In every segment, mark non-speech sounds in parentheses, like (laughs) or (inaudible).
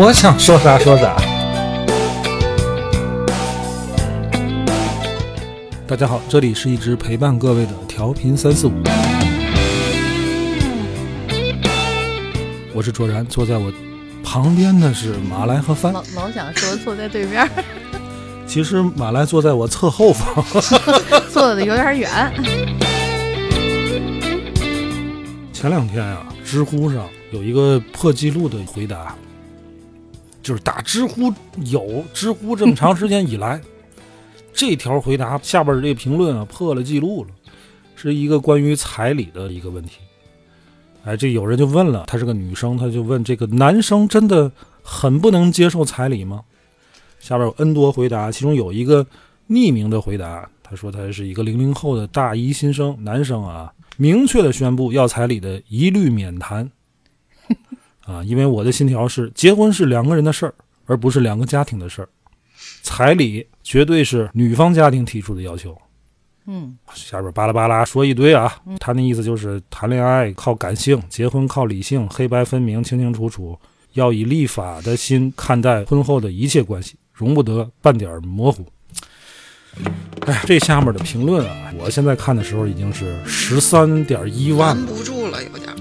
我想说啥说啥。大家好，这里是一直陪伴各位的调频三四五，我是卓然，坐在我旁边的是马来和帆。老老想说坐在对面儿，其实马来坐在我侧后方，坐的有点远。前两天啊，知乎上有一个破纪录的回答，就是打知乎有知乎这么长时间以来，这条回答下边儿这个评论啊破了记录了，是一个关于彩礼的一个问题。哎，这有人就问了，她是个女生，她就问这个男生真的很不能接受彩礼吗？下边有 N 多回答，其中有一个匿名的回答，他说他是一个零零后的大一新生男生啊，明确的宣布要彩礼的一律免谈。啊，因为我的信条是，结婚是两个人的事儿，而不是两个家庭的事儿。彩礼绝对是女方家庭提出的要求。嗯，下边巴拉巴拉说一堆啊，他那意思就是谈恋爱靠感性，结婚靠理性，黑白分明，清清楚楚，要以立法的心看待婚后的一切关系，容不得半点模糊。哎，这下面的评论啊，我现在看的时候已经是十三点一万拦了，不住了，有点儿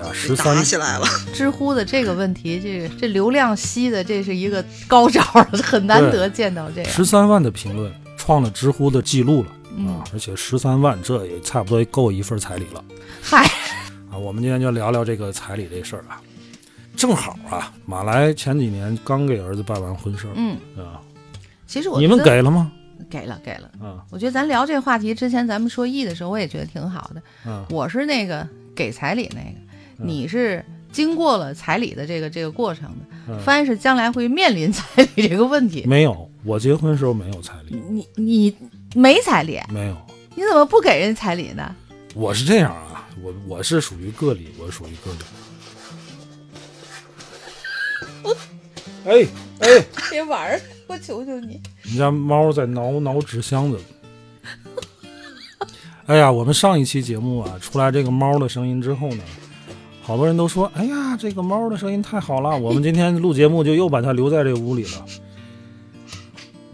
哎呀，十三打起来了。知乎的这个问题，这个这流量吸的，这是一个高招儿，很难得见到这样。十三万的评论创了知乎的记录了嗯啊，，而且十三万这也差不多够一份彩礼了。嗨，啊，我们今天就聊聊这个彩礼这事儿啊。正好啊，马来前几年刚给儿子办完婚事儿、嗯，啊，其实我你们觉得嗯给了吗？给了给了。啊我觉得咱聊这话题之前，咱们说艺的时候，我也觉得挺好的。啊，我是那个给彩礼那个，嗯你是经过了彩礼的这个这个过程的，嗯帆是将来会面临彩礼这个问题。没有，我结婚时候没有彩礼，你你没彩礼，没有。你怎么不给人彩礼呢？我是这样啊，我我是属于个例，我属于个例。哎哎，别玩儿，我求求你。。你家猫在挠挠纸箱子。 (laughs) 哎呀，我们上一期节目啊，出来这个猫的声音之后呢，好多人都说：“哎呀，这个猫的声音太好了，我们今天录节目就又把它留在这屋里了。”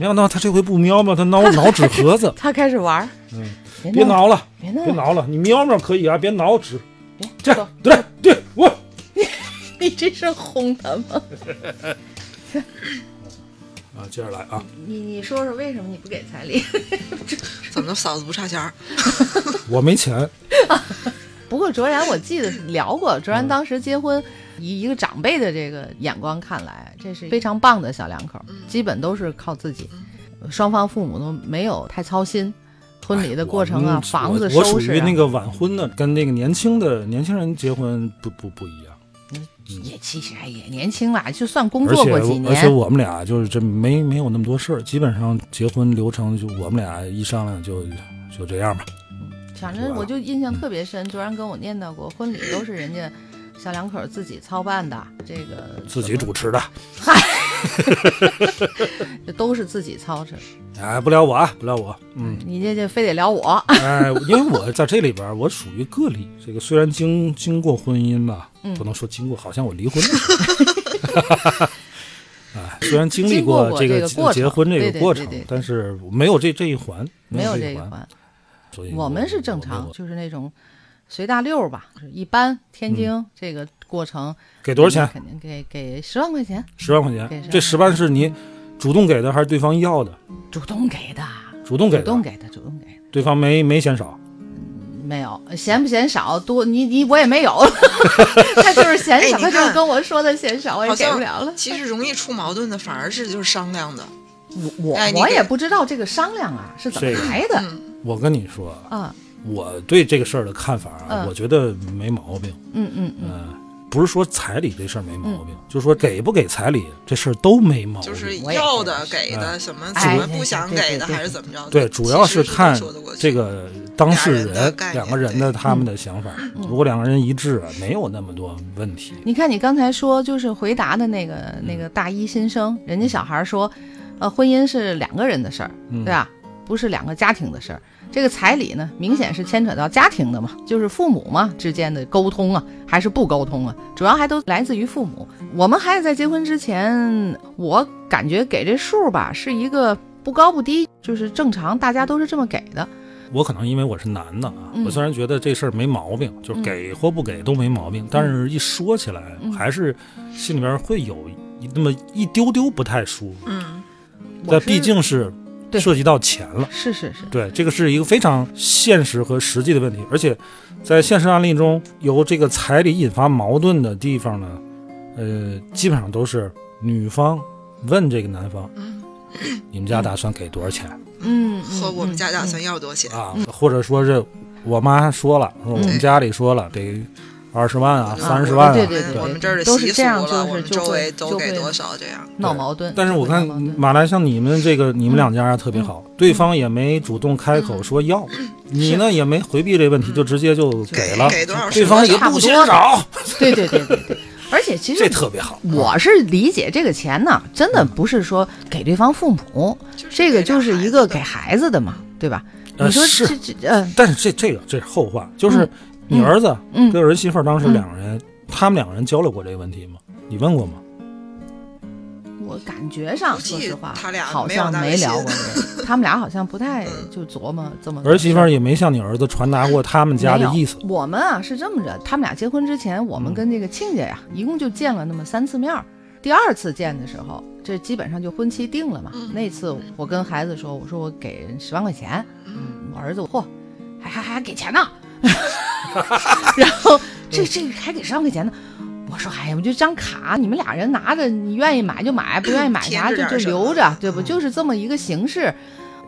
没想到它这回不喵喵，它挠挠纸盒子他开始玩儿，嗯，别别闹了，挠了，别闹别了，挠了，你喵喵可以啊，别挠纸。别这走样，对对，我 (laughs) 你这是轰他吗？啊，接着来啊，你你说说为什么你不给彩礼？怎么嫂子不差钱儿？我没钱， (laughs) 不过卓然，我记得聊过，嗯卓然当时结婚，以一个长辈的这个眼光看来，这是非常棒的小两口，基本都是靠自己，双方父母都没有太操心婚礼的过程哎我啊，们房子我我收属拾于啊那，个晚婚的，跟那个年轻的年轻人结婚不不不一样。也其实哎也年轻啦，就算工而作且过几而且年，我们俩就是这没没有那么多事儿，基本上结婚流程就我们俩一商量就就这样吧。反正我就印象特别深，卓然跟我念叨过，婚礼都是人家小两口自己操办的，这个自己主持的，这都是自己操持，哎，不聊我啊，不聊我，嗯，你这这非得聊我，哎，因为我在这里边儿我属于个例，这个虽然经经过婚姻吧，嗯不能说经过，好像我离婚了。 (laughs) 哎，虽然经历经过过过这这个个结过程结婚对这个对过对程对对，但是没有这这一环，没有有这一环，环。所以我们是正常，我就是那种随大溜儿吧，一般天津、这个过程嗯给多少钱？肯定给给十万块钱，十万块钱给十，万这十万是你主动给的还是对方要的？主动给的，主动给主的，动给的，主动给的，对方没没嫌少，没有嫌不嫌少多，你你我也没有， (laughs) 他就是嫌哎少，你他看就是跟我说的嫌少， (laughs) 我也好给像不了了。其实容易出矛盾的，反而是就是商量的。我我、哎你我给也不知道这个商量啊是怎么这个来的嗯，我跟你说，啊，我对这个事儿的看法啊，嗯我觉得没毛病。嗯嗯嗯，嗯，不是说彩礼这事儿没毛嗯病，就是说给不给彩礼这事儿都没毛病。就是我也要的、是给的、什么哎怎么哎不想对对给的，对还是怎么着的？嗯对，主要其实是是看说得过去这个当事俩人的人概念两个人的他嗯们的想法。如果两个人一致，没有那么多问题。你看，你刚才说就是回答的那个嗯那个大一新生，人家小孩说，呃，婚姻是两个人的事儿，嗯对吧？不是两个家庭的事儿。这个彩礼呢，明显是牵扯到家庭的嘛，就是父母嘛之间的沟通啊，还是不沟通啊，主要还都来自于父母。我们孩子在结婚之前，我感觉给这数吧是一个不高不低，就是正常，大家都是这么给的。我可能因为我是男的啊，嗯我虽然觉得这事儿没毛病，就是给或不给都没毛病，但是一说起来，嗯还是心里边会有一那么一丢丢不太舒服。嗯，我但是毕竟是对涉及到钱了。是是是，对，这个是一个非常现实和实际的问题，而且在现实案例中，由这个彩礼引发矛盾的地方呢，呃，基本上都是女方问这个男方，你们家打算给多少钱嗯，和我们家打算。嗯算要多少钱？啊？或者说是我妈说了，说我们家里说了得二十万啊，嗯三十万啊。嗯对我对们对我们这儿的都是习俗这了，样就是我们就周围会都就给会多少这样？闹矛盾，但是我会闹看矛盾马来像你们这个，你们两家特别嗯好，对方也没主动开口说要，你呢也没回避这问题，就直接嗯就给了，给多少是对方多也少差不不嫌多少，对对对对对，而且其这实特别嗯好。啊嗯我是理解这个钱呢，真的不是说给对方父母，就是这个给就俩是孩一子个的给孩子的嘛，对吧？呃你说是这这呃，但是这这个这是后话，就是嗯你儿子嗯跟儿媳妇儿当时嗯两个人，他们两个人交流过这个问题吗？你问过吗？我感觉上估计说实话，他俩好没有像那个没聊心过 (laughs) 这个，他们俩好像不太就琢磨这么个儿媳妇事儿也没向你儿子传达过他们家的意思。嗯没有嗯我们啊是这么着，他们俩结婚之前，我们跟这个亲家呀，一共就见了那么三次面儿。第二次见的时候，这基本上就婚期定了嘛。嗯那次我跟孩子说，我说我给人十万块钱，嗯我儿子嚯，还还还给钱呢， (laughs) 然后这这还给十万块钱呢。我说，哎呀，我就张卡，你们俩人拿着，你愿意买就买，不愿意买 (laughs) 添啥置就点就什么留着，对不？嗯就是这么一个形式。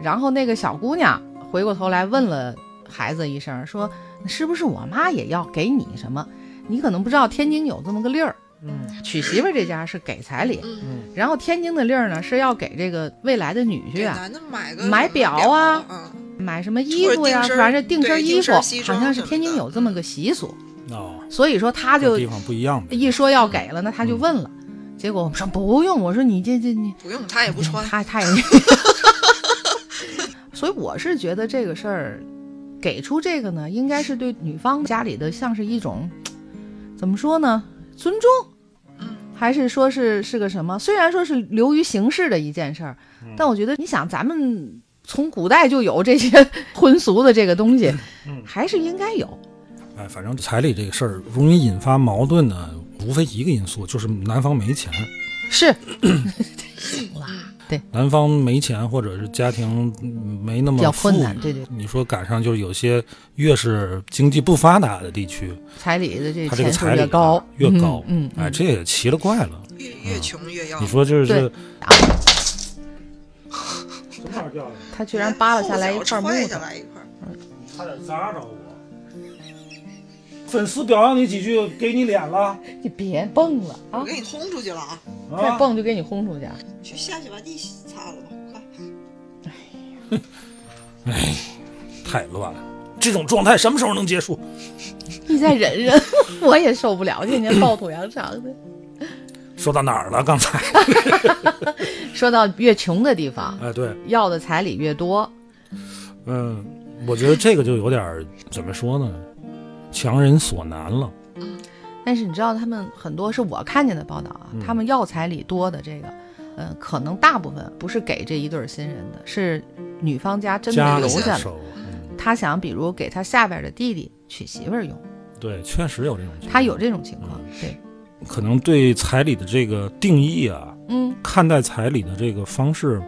然后那个小姑娘回过头来问了孩子一声，说：“是不是我妈也要给你什么？”你可能不知道，天津有这么个例儿，嗯， (laughs) 娶媳妇儿这家是给彩礼，嗯嗯然后天津的例儿呢是要给这个未来的女给婿啊，男的买个买什么表表啊嗯，买什么衣服呀，或者定身儿反正定身对衣定服，身西装好像什是么天津的嗯有这么个习俗，哦，所以说他这就地方嗯不一样的。一说要给了，那他就问了，结果我们说不用，我说你这这你不用，他也不穿。他他也， (laughs) 所以我是觉得这个事儿给出这个呢，应该是对女方家里的像是一种怎么说呢，尊重。嗯还是说是是个什么？虽然说是流于形式的一件事儿，嗯但我觉得，你想，咱们从古代就有这些婚俗的这个东西，嗯还是应该有。哎，反正彩礼这个事儿容易引发矛盾呢，无非一个因素，就是男方没钱。是，男方没钱，或者是家庭嗯没那么比较富困难裕对嗯对你说赶上就是有些越是经济不发达的地区，彩礼的这他这个钱数彩礼啊越高越高，嗯，嗯哎，这也奇了怪了。越越穷越要啊你，说这是对啊啊？什么掉的？他居然扒拉下来一后脚块木踹头下。来一块儿，差点砸着我。粉丝表扬你几句，给你脸了你别蹦了我啊！给你轰出去了啊！再啊！蹦就给你轰出去。你去下去把地擦了吧，快！太乱了，这种状态什么时候能结束？你再忍忍， (laughs) 我也受不了，天天抱土洋肠的。说到哪儿了？刚 (laughs) 才？说到越穷的地方，哎，对，要的彩礼越多，嗯，我觉得这个就有点儿怎么说呢，强人所难了。但是你知道，他们很多是我看见的报道啊，嗯他们要彩礼多的这个，呃，可能大部分不是给这一对儿新人的，是女方家真家里的留留下的了。手，嗯，他想，比如给他下边的弟弟娶媳妇儿用，对，确实有这种情况。他有这种情嗯况。对，可能对彩礼的这个定义啊，嗯，看待彩礼的这个方式，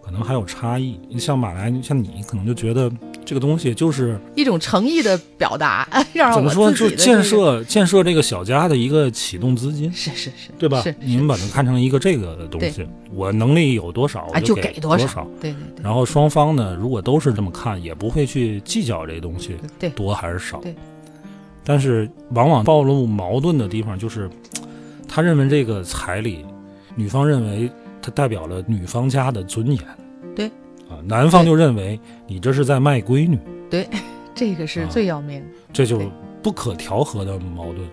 可能还有差异。你像马来，像你可能就觉得这个东西就是一种诚意的表达， (laughs) 让怎啊我么说，自就己的建这个设建设这个小家的一个启动资金，是是是，对吧是，？你们把它看成一个这个东西，我能力有多少，我啊，就给多少。对对对，然后双方呢，如果都是这么看，也不会去计较这东西对多还是少。对但是往往暴露矛盾的地方就是，他认为这个彩礼，女方认为它代表了女方家的尊严，对，啊，男方就认为你这是在卖闺女，这个是啊最要命的。这就对不可调和的矛盾。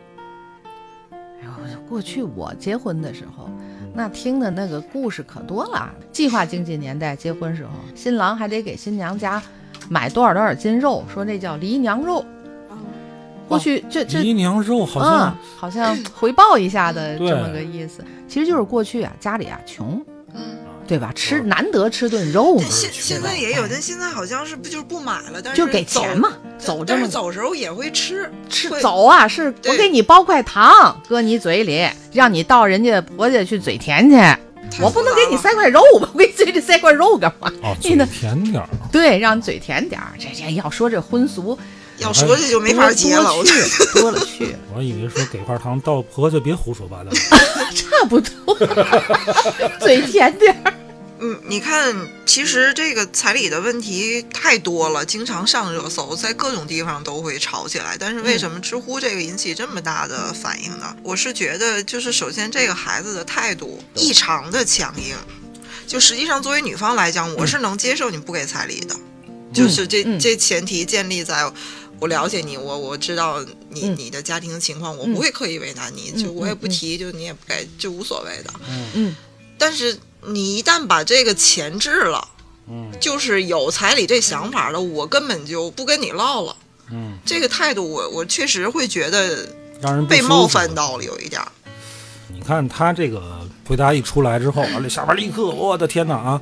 哎呦，过去我结婚的时候，那听的那个故事可多了。计划经济年代结婚时候，新郎还得给新娘家买多少多少斤肉，说那叫离娘肉。嗯过去这这姨娘肉好嗯像，哦好像回报一下的对这么个意思，其实就是过去啊，家里啊穷，嗯，对吧？吃哦难得吃顿肉嘛但，现去现吧在也有，但现在好像是不就是不买了，但是就给钱嘛，走走但这是么走时候也会吃，吃会走啊，是我对给你包块糖搁你嘴里，让你到人家婆家去嘴甜去，太我不能给你复杂塞块肉吧？我给你嘴里塞块肉干嘛？啊，你嘴呢甜点儿， (laughs) 对，让你嘴甜点儿。这这要说这婚俗，了，要说这就没法接了，多我多去多了去了，我还以为说给块糖到婆家别胡说八道。差不多， (laughs) 嘴甜点儿。嗯，你看，其实这个彩礼的问题太多了，经常上热搜，在各种地方都会吵起来。但是为什么知乎这个引起这么大的反应嗯呢？我是觉得，就是首先这个孩子的态度异常的强硬，就实际上作为女方来讲，我是能接受你不给彩礼的，就是这、嗯这前提建立在。我了解你，我我知道你、嗯你的家庭情况，我嗯不会刻意为难你，嗯就我也不嗯嗯提，就你也不给，就无所谓的。嗯，但是你一旦把这个前置了， (laughs) 嗯就是有彩礼这想法的，我根本就不跟你唠了。嗯，这个态度我，我确实会觉得让人不被舒冒服犯到了，有一点儿。你看他这个回答一出来之后，完了下边立刻，我的天哪啊！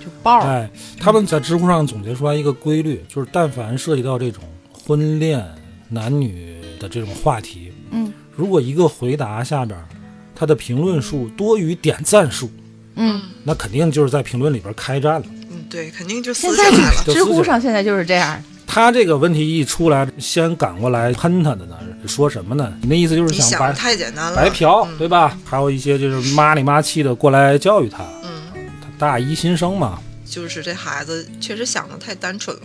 就哦嗯包儿。哎，他们在知乎上总结出来一个规律，就是但凡涉及到这种婚恋男女的这种话题，嗯，如果一个回答下边儿他的评论数多于点赞数，嗯，那肯定就是在评论里边开战了。嗯，对，肯定就现撕起在来 (laughs) 了。就知撕起乎来上现在就是这样，他这个问题一出来，先赶过来喷他的呢，说什么呢？你那意思就是你想把的太简单了，白嫖，嗯对吧？还有一些就是妈里妈气的过来教育他，嗯，他大一新生嘛，就是这孩子确实想的太单纯了。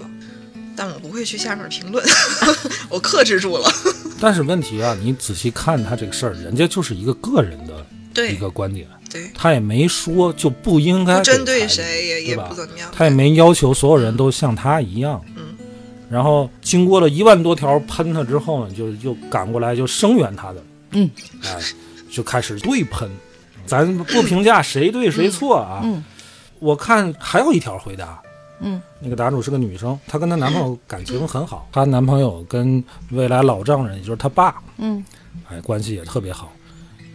但我不会去下面评论， (laughs) 我克制住了。但是问题啊，你仔细看他这个事儿，人家就是一个个人的一对个观点，对，他也没说就不应该 (laughs) 不针给对彩礼谁也也对吧不怎么样。他也没要求所有人都像他一样。嗯。然后经过了一万多条喷他之后呢，就就赶过来就声援他的。嗯。哎，就开始对喷，咱不评价谁对谁错啊。嗯嗯我看还有一条回答。嗯。那个答主是个女生，她跟她男朋友感情很好，她男朋友跟未来老丈人，也就是她爸，嗯，哎，关系也特别好。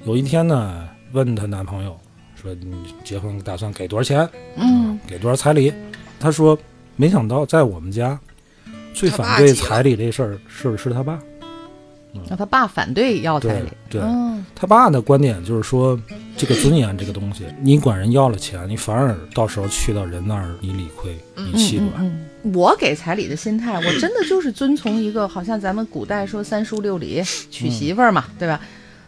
有一天呢，问她男朋友说：“你结婚打算给多少钱？嗯，给多少彩礼？”她说：“没想到在我们家，最她爸反对急了彩礼这事儿是是他爸。那他爸反对要哦彩对礼，对，嗯他爸的观点就是说，这个尊严这个东西， (coughs) 你管人要了钱，你反而到时候去到人那儿，你理亏，你气啊嗯短。嗯嗯，我给彩礼的心态，我真的就是遵从一个，好像咱们古代说三书六礼娶媳妇儿嘛，嗯对吧？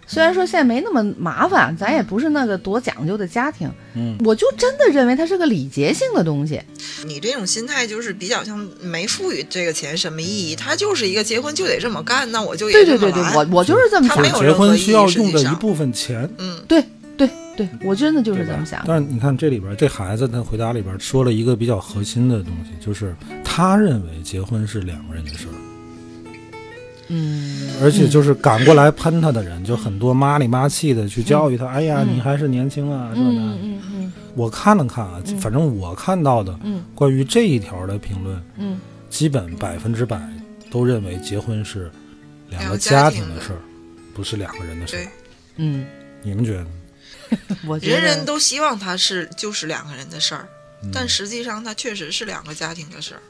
虽然说现在没那么麻烦，咱也不是那个多讲究的家庭，嗯，我就真的认为它是个礼节性的东西。你这种心态就是比较像没赋予这个钱什么意义，它就是一个结婚就得这么干，那我就也对这对么对对来。，我我就是这么他想没就是有，结婚需要用的一部分钱，嗯，对对对，我真的就是对这吧么想的。但是你看这里边这孩子他回答里边说了一个比较核心的东西，就是他认为结婚是两个人的事儿，嗯，而且就是赶过来喷他的人，就很多妈里妈气的去教育他，哎呀，嗯你还是年轻啊，这那嗯。嗯嗯我看了看啊，嗯反正我看到的嗯关于这一条的评论，嗯基本百分之百都认为结婚是两两个个家家庭庭的的事儿，不是两个人的事儿对。，嗯，你们觉得呢？我觉得人人都希望它是就是两个人的事儿，嗯但实际上它确实是两个家庭的事儿。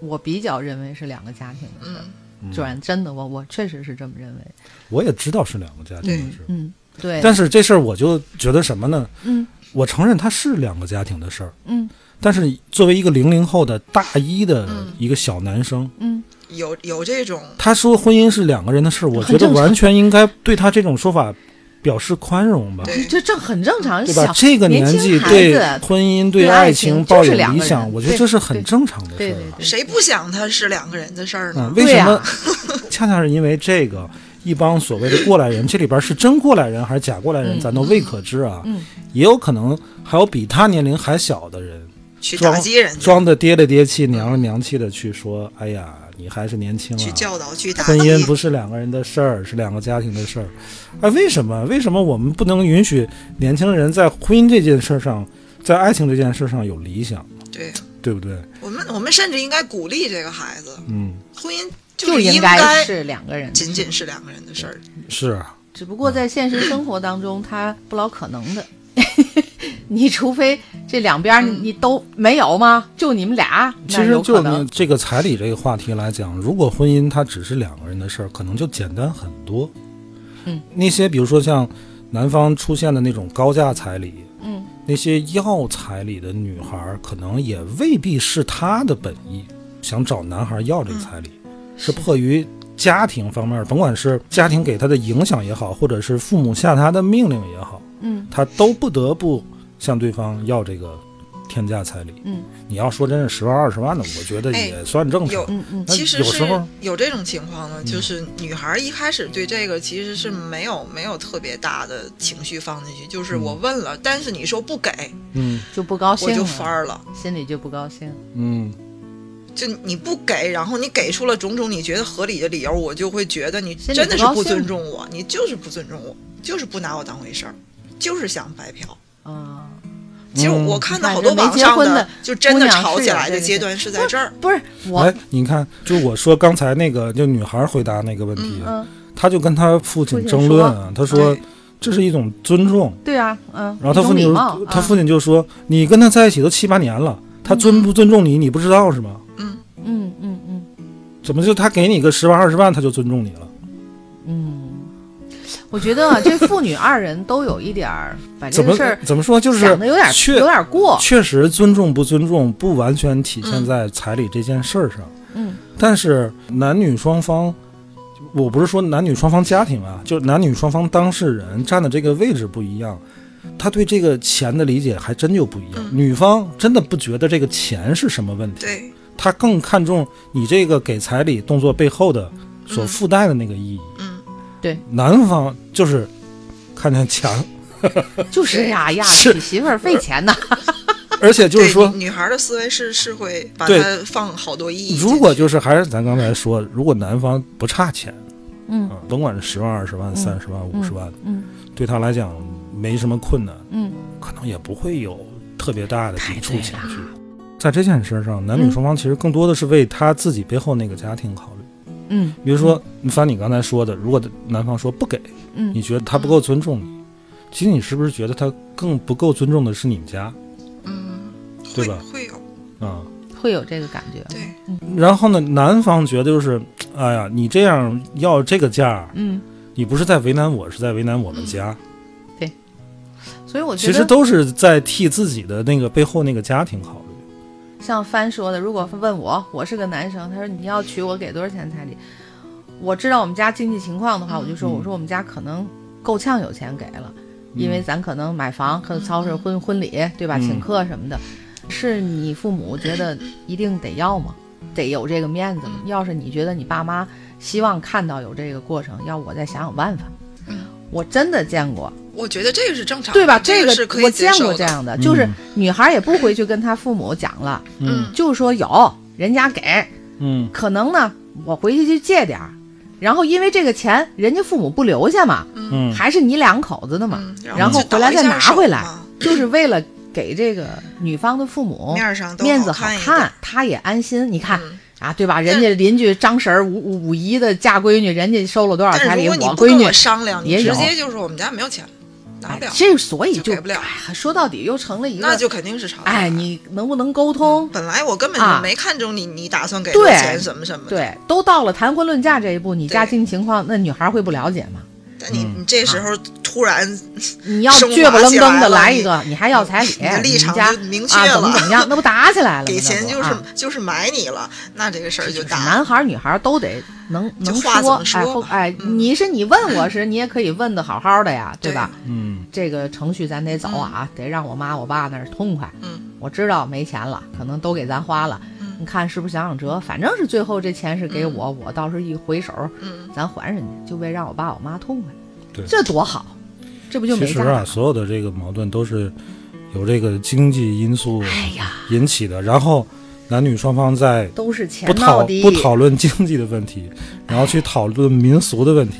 我比较认为是两个家庭的事儿。嗯，嗯主然，真的，我我确实是这么认为。我也知道是两个家庭的事儿，嗯，对，但是这事儿我就觉得什么呢？嗯我承认它是两个家庭的事儿，嗯但是作为一个零零后的大一的嗯一个小男生，嗯，有有这种，他说婚姻是两个人的事儿，我很觉得正常完全应该对他这种说法表示宽容吧，对这这很正常，对吧小？这个年年轻纪孩对子婚姻、对爱爱情情就抱是有两理个想，人我觉得对这是很对正常的对事对儿啊。对，谁不想他是两个人的事儿呢嗯，？为对什么啊恰恰是因为这个，一帮所谓的过来人，这里边是真过来人还是假过来人，嗯咱都未可知啊。嗯也有可能还有比他年龄还小的人，嗯去打击人家，装的爹里爹气、娘里娘气的去说：“哎呀，你还是年轻啊。”去教导，去打婚姻击。不是两个人的事儿，是两个家庭的事儿。哎，为什么？为什么我们不能允许年轻人在婚姻这件事上，在爱情这件事上有理想，对对不对？我们，我们甚至应该鼓励这个孩子，嗯，婚姻就是应该该是两个人，仅仅是两个人的事儿。是啊，只不过在现实生活当中，它不老可能的。 (laughs) 你除非这两边儿你你都没有吗？就你们俩，其那实有就可你能。这个彩礼这个话题来讲，如果婚姻它只是两个人的事儿，可能就简单很多。嗯，那些比如说像南方出现的那种高价彩礼，嗯，那些要彩礼的女孩儿，可能也未必是她的本意，想找男孩要嗯这个彩礼，是迫于家庭方面儿，甭管是家庭给她的影响也好，或者是父母下她的命令也好，嗯她都不得不向对方要这个天价彩礼。嗯你要说真是十万二十万的，我觉得哎也算正常有。嗯嗯，那其实有时是候有这种情况的，就是女孩一开始对这个其实是没有没有特别大的情绪放进去，就是我问了，但是你说不给，嗯就不高兴我嗯了，就翻儿了。心里就不高兴。嗯，就你不给，然后你给出了种种你觉得合理的理由，我就会觉得你心里真的是不高不兴尊重我，你就是不尊重我，就是不拿我当回事儿，就是想白嫖。哎啊，其实嗯我看到你看好多这没网结上婚的就真姑的娘是吵起有来这的个阶事段是在这儿。不是我哎，，你看，就我说刚才那个，就女孩回答那个问题，嗯，她就跟她父父亲亲争论啊，她说哎这是一种尊重，对啊，嗯，然后她一父亲种礼就貌，嗯她啊父亲就说你跟他在一起都七八年了，他尊不尊重你，你不知道是吗？嗯嗯嗯怎么就他给你个十万二十万，他就尊重你了？嗯，我觉得啊，这父女二人都有一点儿把哎这怎么个事儿怎么说？就是想的有点儿确有点儿过，确实尊重不尊重不完全体现在彩礼这件事儿上。嗯但是男女双方，我不是说男女双方家庭啊，就男女双方当事人站的这个位置不一样，他对这个钱的理解还真就不一样。嗯女方真的不觉得这个钱是什么问题，对，她更看重你这个给彩礼动作背后的所附带的那个意义。嗯，男方就是看见钱，嗯就是 (laughs) 呀呀，是娶媳妇儿费钱呐，而且就是对说女，女孩的思维是是会把对它放好多意义进去。如果就是还是咱刚才说，如果男方不差钱，嗯啊，甭管是十万、二十万、三十万、五十万，嗯对他来讲没什么困难，嗯，可能也不会有特别大的抵触情太嗯绪。在这件事上，男女双方其实更多的是为他自己背后那个家庭考虑。嗯比如说，凡你刚才说的，如果男方说不给，嗯你觉得他不够尊重你，其实你是不是觉得他更不够尊重的是你们家嗯，对会吧会有啊？嗯会有这个感觉，对，然后呢，男方觉得就是，哎呀，你这样要这个价，嗯，你不是在为难我，是在为难我们家。所嗯以我觉其实得都是在替自己的那个背后那个家庭考虑。像帆说的，如果问我，我是个男生，他说你要娶我给多少钱彩礼？我知道我们家经济情况的话，我就说嗯我说我们家可能够呛有钱给了，因为咱可能买房和嗯操持婚婚礼，对吧？嗯请客什么的，是你父母觉得一定得要吗？得有这个面子吗？嗯要是你觉得你爸妈希望看到有这个过程，要我再想想办法嗯。我真的见过，我觉得这个是正常的，对吧？这这个是可我以接见受过的。这样的，就是嗯女孩也不回去跟她父母讲了，嗯就说有人家给，嗯可能呢我回去去借点儿，然后因为这个钱人家父母不留下嘛，嗯还是你两口子的嘛，嗯，然后就回倒来一再下拿手回来嘛，就是为了给这个女方的父母面儿上都哦面子好好看一看点，她也安心。你看、嗯啊，对吧？人家邻居张婶儿五五五姨的嫁闺女，人家收了多少彩但是礼，如果你不闺跟女我。商量，你也直有接就说我们家没有钱，拿哎不了，，这所以就就给不了哎，说到底又成了一个那就肯定是吵。哎，你能不能沟通？本来我根本啊就没看中你，你打算给多对钱什么什么的。对，都到了谈婚论嫁这一步，你家嗯对经济情况，那女孩会不了解吗？但你嗯你这时候突然你要倔不愣登的来一个，你还要彩礼，你的立场你家就明确啊怎么了怎么样，那不打起来了吗？ (laughs) 给钱那就不是、啊就是买你了，那这个事儿就就是大了。男孩儿女孩儿都得能就能话怎么哎说后吧哎，嗯你是你问我是，你也可以问的好好的呀，对吧？嗯，这个程序咱得走啊，得让我妈我爸那儿痛快。嗯，我知道没钱了，可能都给咱花了，嗯你看是不是想想辙？反正是最后这钱是给我，我到时候一回手，嗯，咱还人家，就为让我爸我妈痛快。对这多好，这不就其没实办法啊，？所有的这个矛盾都是有这个经济因素哎呀，引起的，然后男女双方在都是钱不闹讨的，不讨论经济的问题，然后去讨论民俗的问题，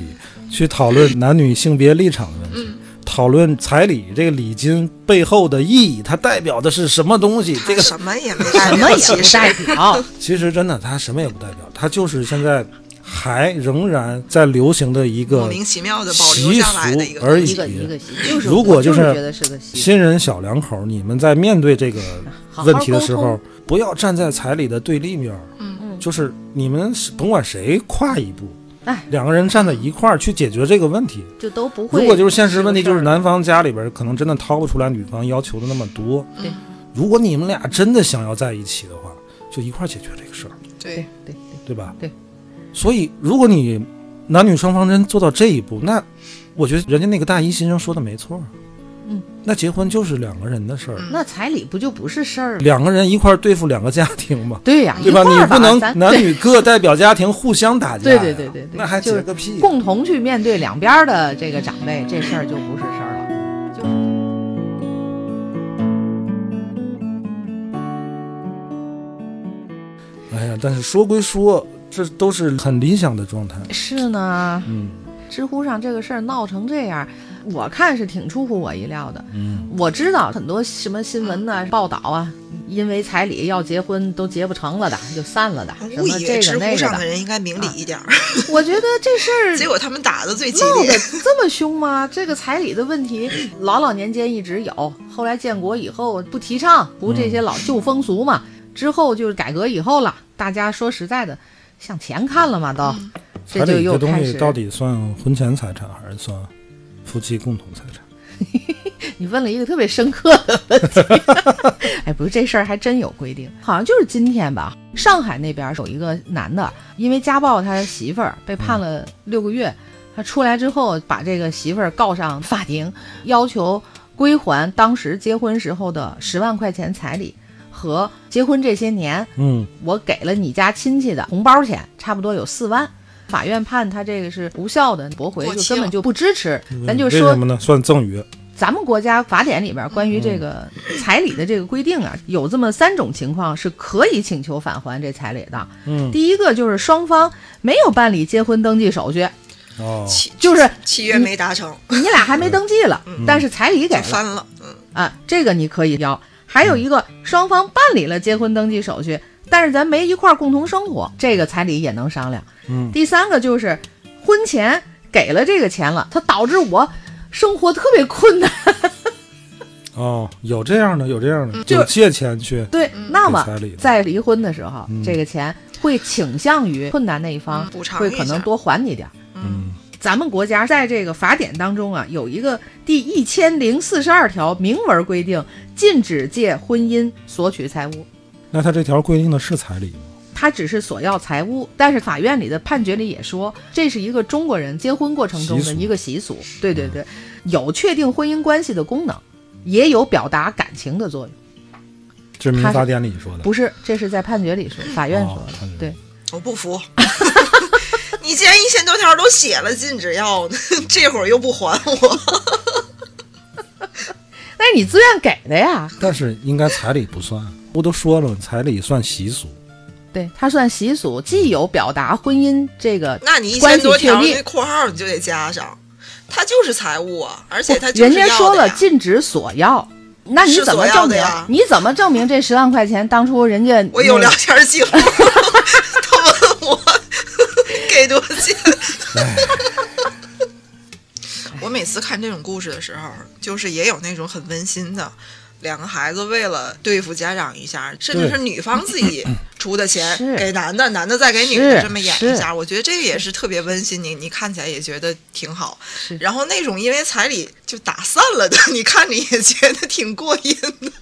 去讨论男女性别立场的问嗯题，讨论彩礼这个礼金背后的意义，它代表的是什么东西？这 (laughs) 他个什么也没什干么了，也其不实代表。其实真的它什么也不代表，它就是现在还仍然在流行的一莫个名其妙的保留下来的一个习俗而已一个一个习，就是如果我就就是觉得是个习，新人小两口。你们在面对这个 (laughs) 好好问题的时沟候通，不要站在彩礼的对立面儿，嗯就是你们是甭管谁跨一步，哎，两个人站在一块儿去解决这个问题。就都不会。如果就是现实问题，就是这个事儿男方家里边可能真的掏不出来女方要求的那么多。对，如果你们俩真的想要在一起的话，就一块儿解决这个事儿，对，对对对吧？对。所以，如果你男女双方真做到这一步，那我觉得人家那个大一新生说的没错。嗯，那结婚就是两个人的事儿，嗯那彩礼不就不是事儿了？两个人一块儿对付两个家庭嘛，对呀，对吧？一块你儿不能咱男女各代表家庭互相打架呀，对对对对对那还就结是个屁呀！共同去面对两边儿的这个长辈，这事儿就不是事儿嗯了。就是哎呀，但是说归说，这都是很理想的状态。是呢，嗯知乎上这个事儿闹成这样，我看是挺出乎我意料的。嗯，我知道很多什么新闻呢、报道啊，因为彩礼要结婚都结不成了的，就散了的，什误么以为这知个乎那个上的的。人应该明理一点儿， (laughs) 我觉得这事 (laughs) 儿结果他们打的最激闹得烈。这么凶吗？ (laughs) 这个彩礼的问题，老老年间一直有，后来建国以后不提倡，不这些老旧风俗嘛。之后就是改革以后了，大家说实在的，向前看了嘛，都这嗯彩就礼又这东开西始。到底算婚前财产还是算夫妻共同财产？你问了一个特别深刻的问题，哎，不是这事儿还真有规定，好像就是今天吧，上海那边有一个男的，因为家暴他媳妇儿被判了六个月，他出来之后把这个媳妇儿告上法庭，要求归还当时结婚时候的十万块钱彩礼和结婚这些年嗯，我给了你家亲戚的红包钱，差不多有四万。法院判他这个是无效的驳回，过就期根本了就不支持。咱就为说什么呢？算赠与。咱们国家法典里边关于这个彩礼的这个规定啊，有这么三种情况是可以请求返还这彩礼的。嗯第一个就是双方没有办理结婚登记手续，哦，契就是契约没达成，你俩还没登记了，但是彩礼给就了翻了。嗯，啊，这个你可以要。还有一个，双方办理了结婚登记手续，但是咱没一块儿共同生活，这个彩礼也能商量。嗯第三个就是婚前给了这个钱了，它导致我生活特别困难。哦，有这样的，有这样嗯的，就有借钱去。对，那么给彩礼的在离婚的时候，嗯这个钱会倾向于困难那一方嗯，补偿啊会一可下能多还你点儿。嗯咱们国家在这个法典当中啊，有一个第一千零四十二条明文规定，禁止借婚姻索取财物。那他这条规定的是彩礼吗？他只是索要财物，但是法院里的判决里也说，这是一个中国人结婚过程中的习俗一个习俗。对对对，有确定婚姻关系的功能，也有表达感情的作用。这民他是法典里说的。不是，这是在判决里说，法院说哦的。判决对，我不服。 (laughs) 你既然一千多条都写了禁止要， (laughs) 这会儿又不还我， (laughs) 但是你自愿给的呀。但是应该彩礼不算，不都说了吗？彩礼算习俗。对，它算习俗，既有表达婚姻这个那你一关千系多确条那立，括号你就得加上，它就是财物啊，而且它就是人家要说的了呀禁止索要，那你是怎索么要证的明呀？你怎么证明这十万块钱当初人家我有那聊天 (laughs) 记录，他问我给多少钱。 (laughs) 我每次看这种故事的时候，就是也有那种很温馨的，两个孩子为了对付家长一下，甚至是女方自己出的钱是给男的，男的再给女是的，这么演一是下，我觉得这个也是特别温馨，你你看起来也觉得挺好。是然后那种因为彩礼就打散了的，你看着也觉得挺过瘾的。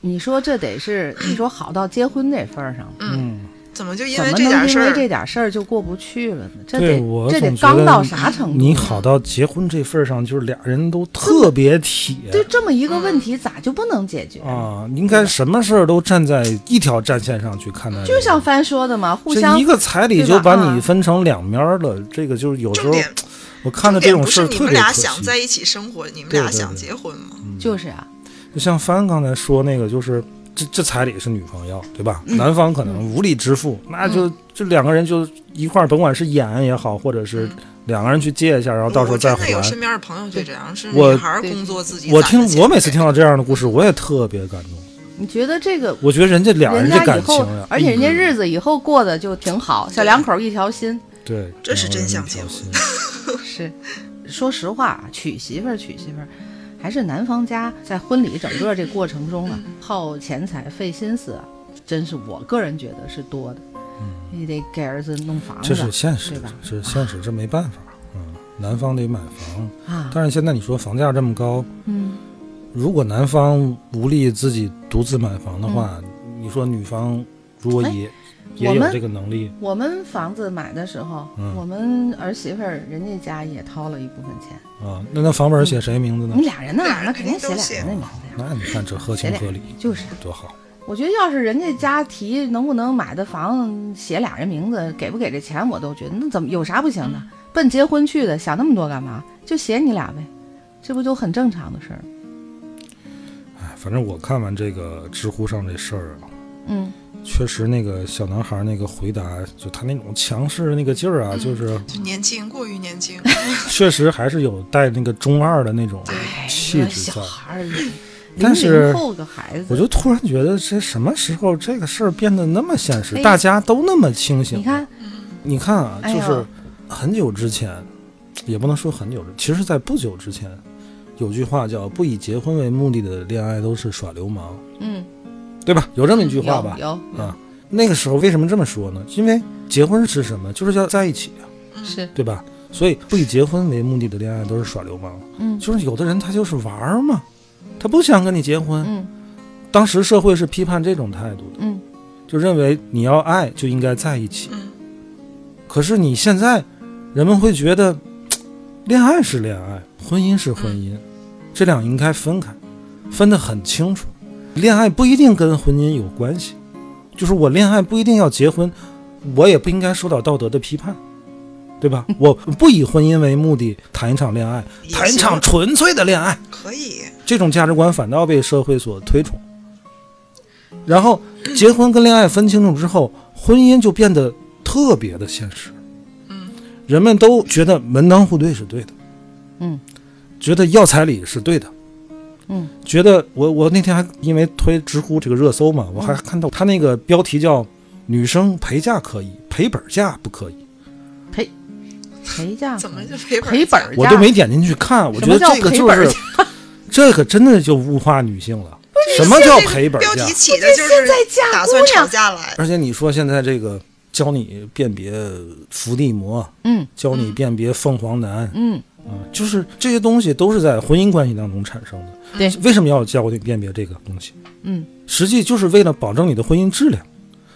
你说这得是你说好到结婚这份儿上，嗯，怎么就因怎么为能点因事儿为？这点事儿就过不去了呢？这对得我这得总觉刚得到啥嗯程度？你好到结婚这份儿上，就是俩人都特别铁就这么一个问嗯题，咋就不能解决？啊，应该什么事儿都站在一条战线上去看待这个。就像帆说的嘛，互这相嗯一个彩礼对就吧把啊你分成两面儿了，这个就是有时嗯重候点我看着这种事儿重点不是你特们别俩可惜。想在一起生活，你们对俩对想对嗯结婚吗？就是啊，就像帆刚才说那个，就是这这彩礼是女方要，对吧？男方可能无力支付，那就这两个人就一块儿，甭管是演也好，或者是两个人去借一下，然后到时候我再真还的。有身边的朋友就这样，是我女孩儿工作自己我攒听的钱我每次听到这样的故事，我也特别感动。你觉得这个我觉得人家俩人这家以感情后呀，，而且人家哎日子以后过得就挺好，小两口一 (laughs) 条心。对，这是两个人真相一条结婚心。是，说实话，啊娶媳妇儿娶媳妇儿，还是男方家在婚礼整个这过程中啊，嗯耗钱财费心思啊，真是我个人觉得是多的。你得给儿子弄房子，这是现嗯实对吧，这是现实，这没办法。嗯，男方得买房，啊，但是现在你说房价这么高，嗯，如果男方无力自己独自买房的话，你说女方如果也、也嗯哎我有们这个能力，我们房子买的时候，嗯我们儿媳妇儿人家家也掏了一部分钱，啊，那那房本写谁名字呢哎你？俩人呢，俩人那肯定肯定写都俩人的名字呀。那你看这合情合理，就是多好。我觉得要是人家家提能不能买的房写俩人名字，给不给这钱，我都觉得那怎么有啥不行的？奔结婚去的，想那么多干嘛？就写你俩呗，这不就很正常的事儿？哎，反正我看完这个知乎上这事儿啊，嗯，确实那个小男孩那个回答，就他那种强势的那个劲儿嗯啊，就是就年轻，过于 (laughs) 年轻。确实还是有带那个中二的那种哎，气这质小在。孩儿，零但是零后个孩子，我就突然觉得，这什么时候这个事儿变得那么现实，哎大家都那么清醒？你看，嗯你看啊，哎就呦是很久之前，也不能说很久之，其实在不久之前，有句话叫“不以结婚为目的的恋爱都是耍流氓嗯，”，对吧？有这么一句话吧？有啊，那个时候为什么这么说呢？因为结婚是什么？就是要在一起啊，嗯有是，对吧？所以不以结婚为目的的恋爱都是耍流氓。嗯就是有的人他就是玩儿嘛，他不想跟你结婚。嗯当时社会是批判这种态度的，嗯，就认为你要爱就应该在一起。嗯，可是你现在，人们会觉得，嘖恋爱是恋爱，婚姻是婚姻，这俩应该分开，分得很清楚。恋爱不一定跟婚姻有关系，就是我恋爱不一定要结婚，我也不应该受到道德的批判，对吧？我不以婚姻为目的谈一场恋爱，也谈一行场纯粹的恋爱，可以，这种价值观反倒被社会所推崇。然后，结婚跟恋爱分清楚之后，婚姻就变得特别的现实。嗯，人们都觉得门当户对是对的，嗯，觉得要彩礼是对的，嗯，觉得我我那天还因为推知乎这个热搜嗯嘛，我还看到他那个标题叫“女生陪嫁可以，赔本嫁不可以陪陪嫁怎么就赔本儿嗯赔本钱儿”，我嫁都没点进去看，我什觉么得叫这个赔就本是嫁 (laughs) 这个真的就物化女性了。什么叫赔本标嫁题？起的就是现在嫁打姑算吵娘架来，而且你说现在这个教你辨别伏地魔，嗯教你辨别凤凰男啊、嗯，就是这些东西都是在婚姻关系当中产生的。对，为什么要教你辨别这个东西？嗯，实际就是为了保证你的婚姻质量。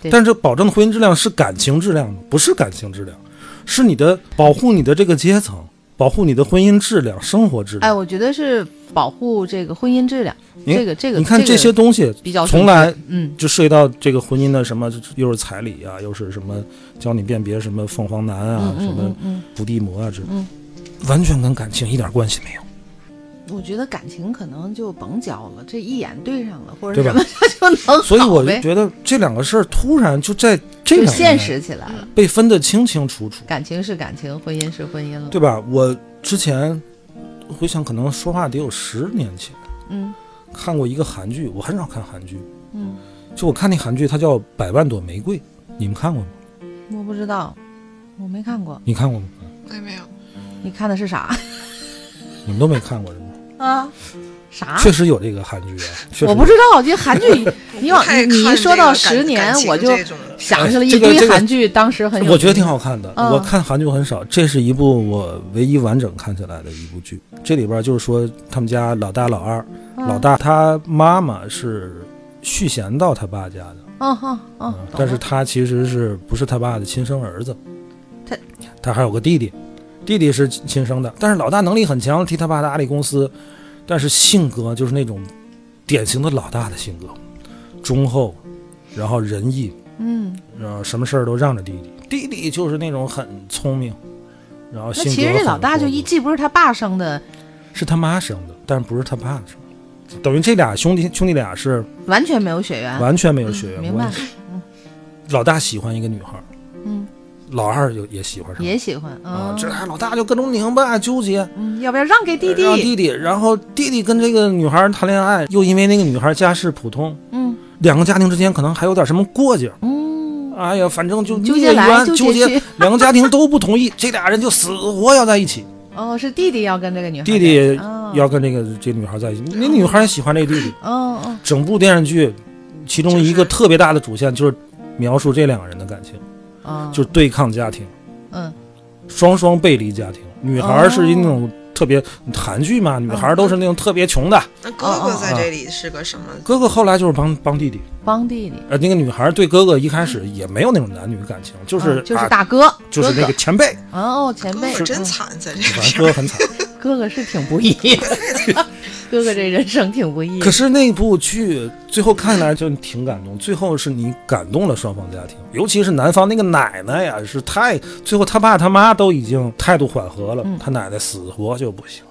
对但是这保证的婚姻质量是感情质量，不是感情质量，是你的保护你的这个阶层，保护你的婚姻质量、生活质量。哎，我觉得是保护这个婚姻质量，你这个这个你看这这个些东西比较从来嗯就涉及到这个婚姻的什么，又是彩礼啊，又是什么教你辨别什么凤凰男啊，嗯什嗯么嗯嗯，伏地魔啊，这、嗯完全跟感情一点关系没有，我觉得感情可能就甭交了，这一眼对上了或者对什吧么就能好 (laughs) 呗，所以我就觉得这两个事儿突然就在这就两现年实起来了。被分得清清楚楚，感情是感情，婚姻是婚姻了。对吧？我之前回想，可能说话得有十年前嗯看过一个韩剧，我很少看韩剧，嗯，就我看那韩剧，它叫《百万朵玫瑰》，你们看过吗？我不知道，我没看过。你看过吗？没没有，你看的是啥？ (laughs) 你们都没看过是吗？啊，啥？确实有这个韩剧啊，确实我不知道，这 (laughs) 韩剧，你往太你看一说这个到感十年感，情我就这种了想起了哎一这个堆这个韩剧，当时很有，我觉得挺。好看的，嗯我看韩剧很少，这是一部我唯一完整看起来的一部剧。这里边就是说，他们家老大、老二，嗯老大他妈妈是续弦到他爸家的，嗯嗯嗯嗯，懂但是了他其实是不是他爸的亲生儿子？他他还有个弟弟，弟弟是亲亲生的，但是老大能力很强，替他爸打理公司，但是性格就是那种典型的老大的性格，忠厚，然后仁义，嗯，然后什么事儿都让着弟弟。弟弟就是那种很聪明，然后那性格其实这很老大就活泼一既不是他爸生的，是他妈生的，但是不是他爸生的，等于这俩兄弟兄弟俩是完全没有血缘。完全没有血缘啊嗯明白关系。老大喜欢一个女孩儿，嗯，老二有也喜欢上了也喜欢。啊，嗯这还老大就各种拧巴纠结。嗯，要不要让给弟让弟？弟弟，然后弟弟跟这个女孩谈恋爱，又因为那个女孩家世普通，嗯两个家庭之间可能还有点什么过节。嗯，哎呀，反正就纠孽结来缘纠纠结 (laughs) 结，去。两个家庭都不同意，这俩人就死活要在一起。哦，是弟弟要跟这个女孩在弟一起。弟哦要跟这个这女孩在一起，那女孩喜欢这弟弟。哦哦，整部电视剧，其中一就个是特别大的主线就是描述这两个人的感情，哦就是对抗家庭。嗯双双背离家庭。女孩儿是一那哦种特别韩剧嘛，嗯女孩儿都是那种特别穷的。那哥哦哥哦在这里是个什么？哥哥后来就是帮帮弟弟，帮弟弟，呃，那个女孩儿对哥哥一开始也没有那种男女感情，就、就是哦嗯就是啊大哥，就是那哥个前辈，哥哦前辈哥，哥真嗯惨，在这反里正哥哥很惨。哥哥是挺不易， (laughs) 哥哥这人生挺不易。可是那部剧最后看来就挺感动，最后是你感动了双方家庭，尤其是男方那个奶奶呀，是太最后他爸他妈都已经态度缓和了，嗯他奶奶死活就不行。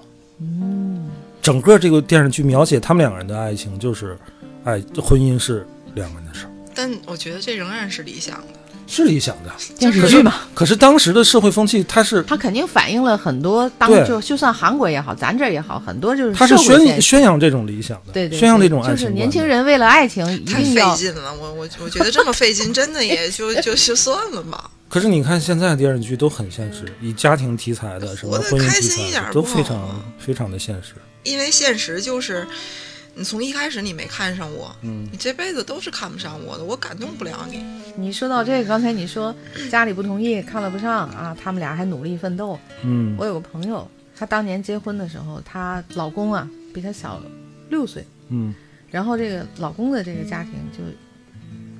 整个这个电视剧描写他们两个人的爱情，就是，哎，婚姻是两个人的事儿，但我觉得这仍然是理想的。是理想的。电视可剧是嘛，可是当时的社会风气，它是它肯定反映了很多当对就就算韩国也好，咱这儿也好，很多就是它是社会宣现象宣扬这种理想的，对对宣扬对这种爱情观就的，是年轻人为了爱情一太定费要劲了，我我我觉得这么费劲，真的也就就就算了吧。可是你看现在电视剧都很现实，以家庭题材的什么嗯活得婚姻开题心一材点的儿都不非好常吗非常的现实。因为现实就是，你从一开始你没看上我，嗯你这辈子都是看不上我的，我感动不了你。你说到这个，刚才你说家里不同意，看了不上啊，他们俩还努力奋斗。嗯我有个朋友，她当年结婚的时候，她老公啊比她小六岁，嗯，然后这个老公的这个家庭就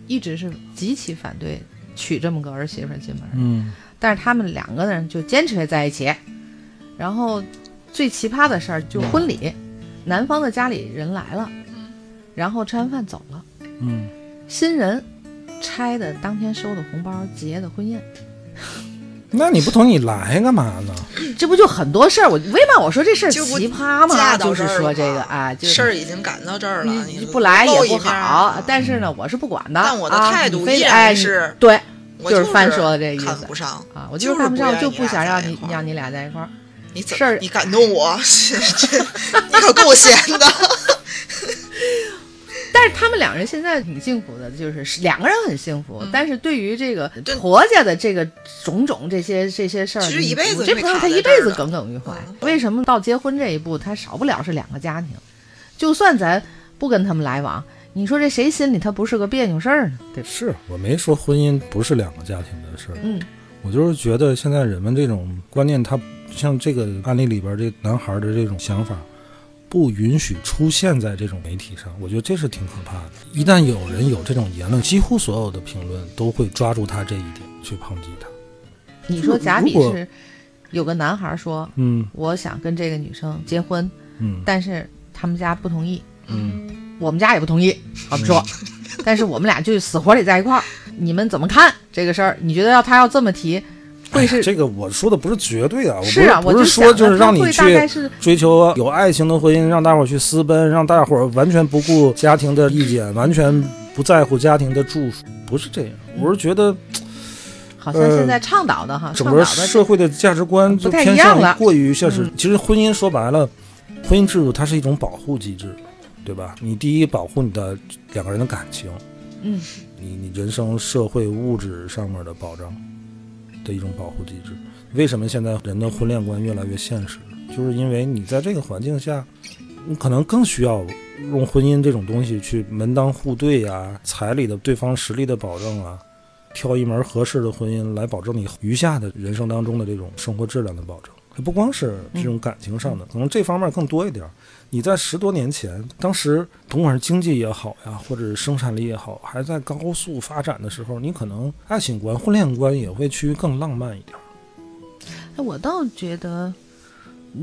一直是极其反对娶这么个儿媳妇儿进门儿，嗯，但是他们两个人就坚持在一起。然后最奇葩的事儿就婚礼，男方的家里人来了，然后吃完饭走了，嗯，新人拆的当天收的红包结的婚宴。那你不同意你来干嘛呢？这不就很多事儿？我为嘛我说这事儿就不奇葩嘛？嫁到就是这儿说了这个嘛啊，就是事儿已经赶到这儿了，你你不来露也一不面儿好啊，但是呢，我是不管的。但我的啊态你度非依得然哎你是对我就是是范说的这意思看不上啊，我就是看不上，我愿意就不俩想让在一你块儿让你俩在一块儿。你怎事儿你感动我， (laughs) 这这你可够闲的。但是他们两人现在挺幸福的，就是是两个人很幸福。但是对于这个嗯对婆家的这个种种这些这些事儿，其实你一辈子我这会朋友卡他在一这儿辈子的耿耿于怀嗯。为什么到结婚这一步，他少不了是两个家庭？就算咱不跟他们来往，你说这谁心里他不是个别扭事儿呢？对吧？是我没说婚姻不是两个家庭的事儿，嗯，我就是觉得现在人们这种观念，他像这个案例里边这男孩的这种想法，不允许出现在这种媒体上，我觉得这是挺可怕的。一旦有人有这种言论，几乎所有的评论都会抓住他这一点去抨击他。你说假比如果是有个男孩说，嗯我想跟这个女生结婚，嗯但是他们家不同意，嗯，我们家也不同意，好不说， (laughs) 但是我们俩就死活得在一块儿。你们怎么看这个事儿？你觉得要他要这么提，哎会呀是、这个我说的不是绝对啊，我不是啊？我不是想说着就是他让你会大概去是追求有爱情的婚姻，让大伙儿去私奔，让大伙儿完全不顾家庭的意见，完全不在乎家庭的祝福，不是这样。嗯我是觉得好像现呃在倡导的哈，倡整导个的社会的价值观就不太偏一样向了嗯于过于现实。其实婚姻说白了，婚姻制度它是一种保护机制，对吧？你第一保护你的两个人的感情，嗯，你你人生、社会、物质上面的保障的一种保护机制。为什么现在人的婚恋观越来越现实？就是因为你在这个环境下，可能更需要用婚姻这种东西去门当户对啊，彩礼的对方实力的保证啊，挑一门合适的婚姻来保证你余下的人生当中的这种生活质量的保证。还不光是这种感情上的，可能这方面更多一点儿。你在十多年前，当时甭管是经济也好呀，或者是生产力也好，还在高速发展的时候，你可能爱情观、婚恋观也会趋于更浪漫一点儿。哎，我倒觉得，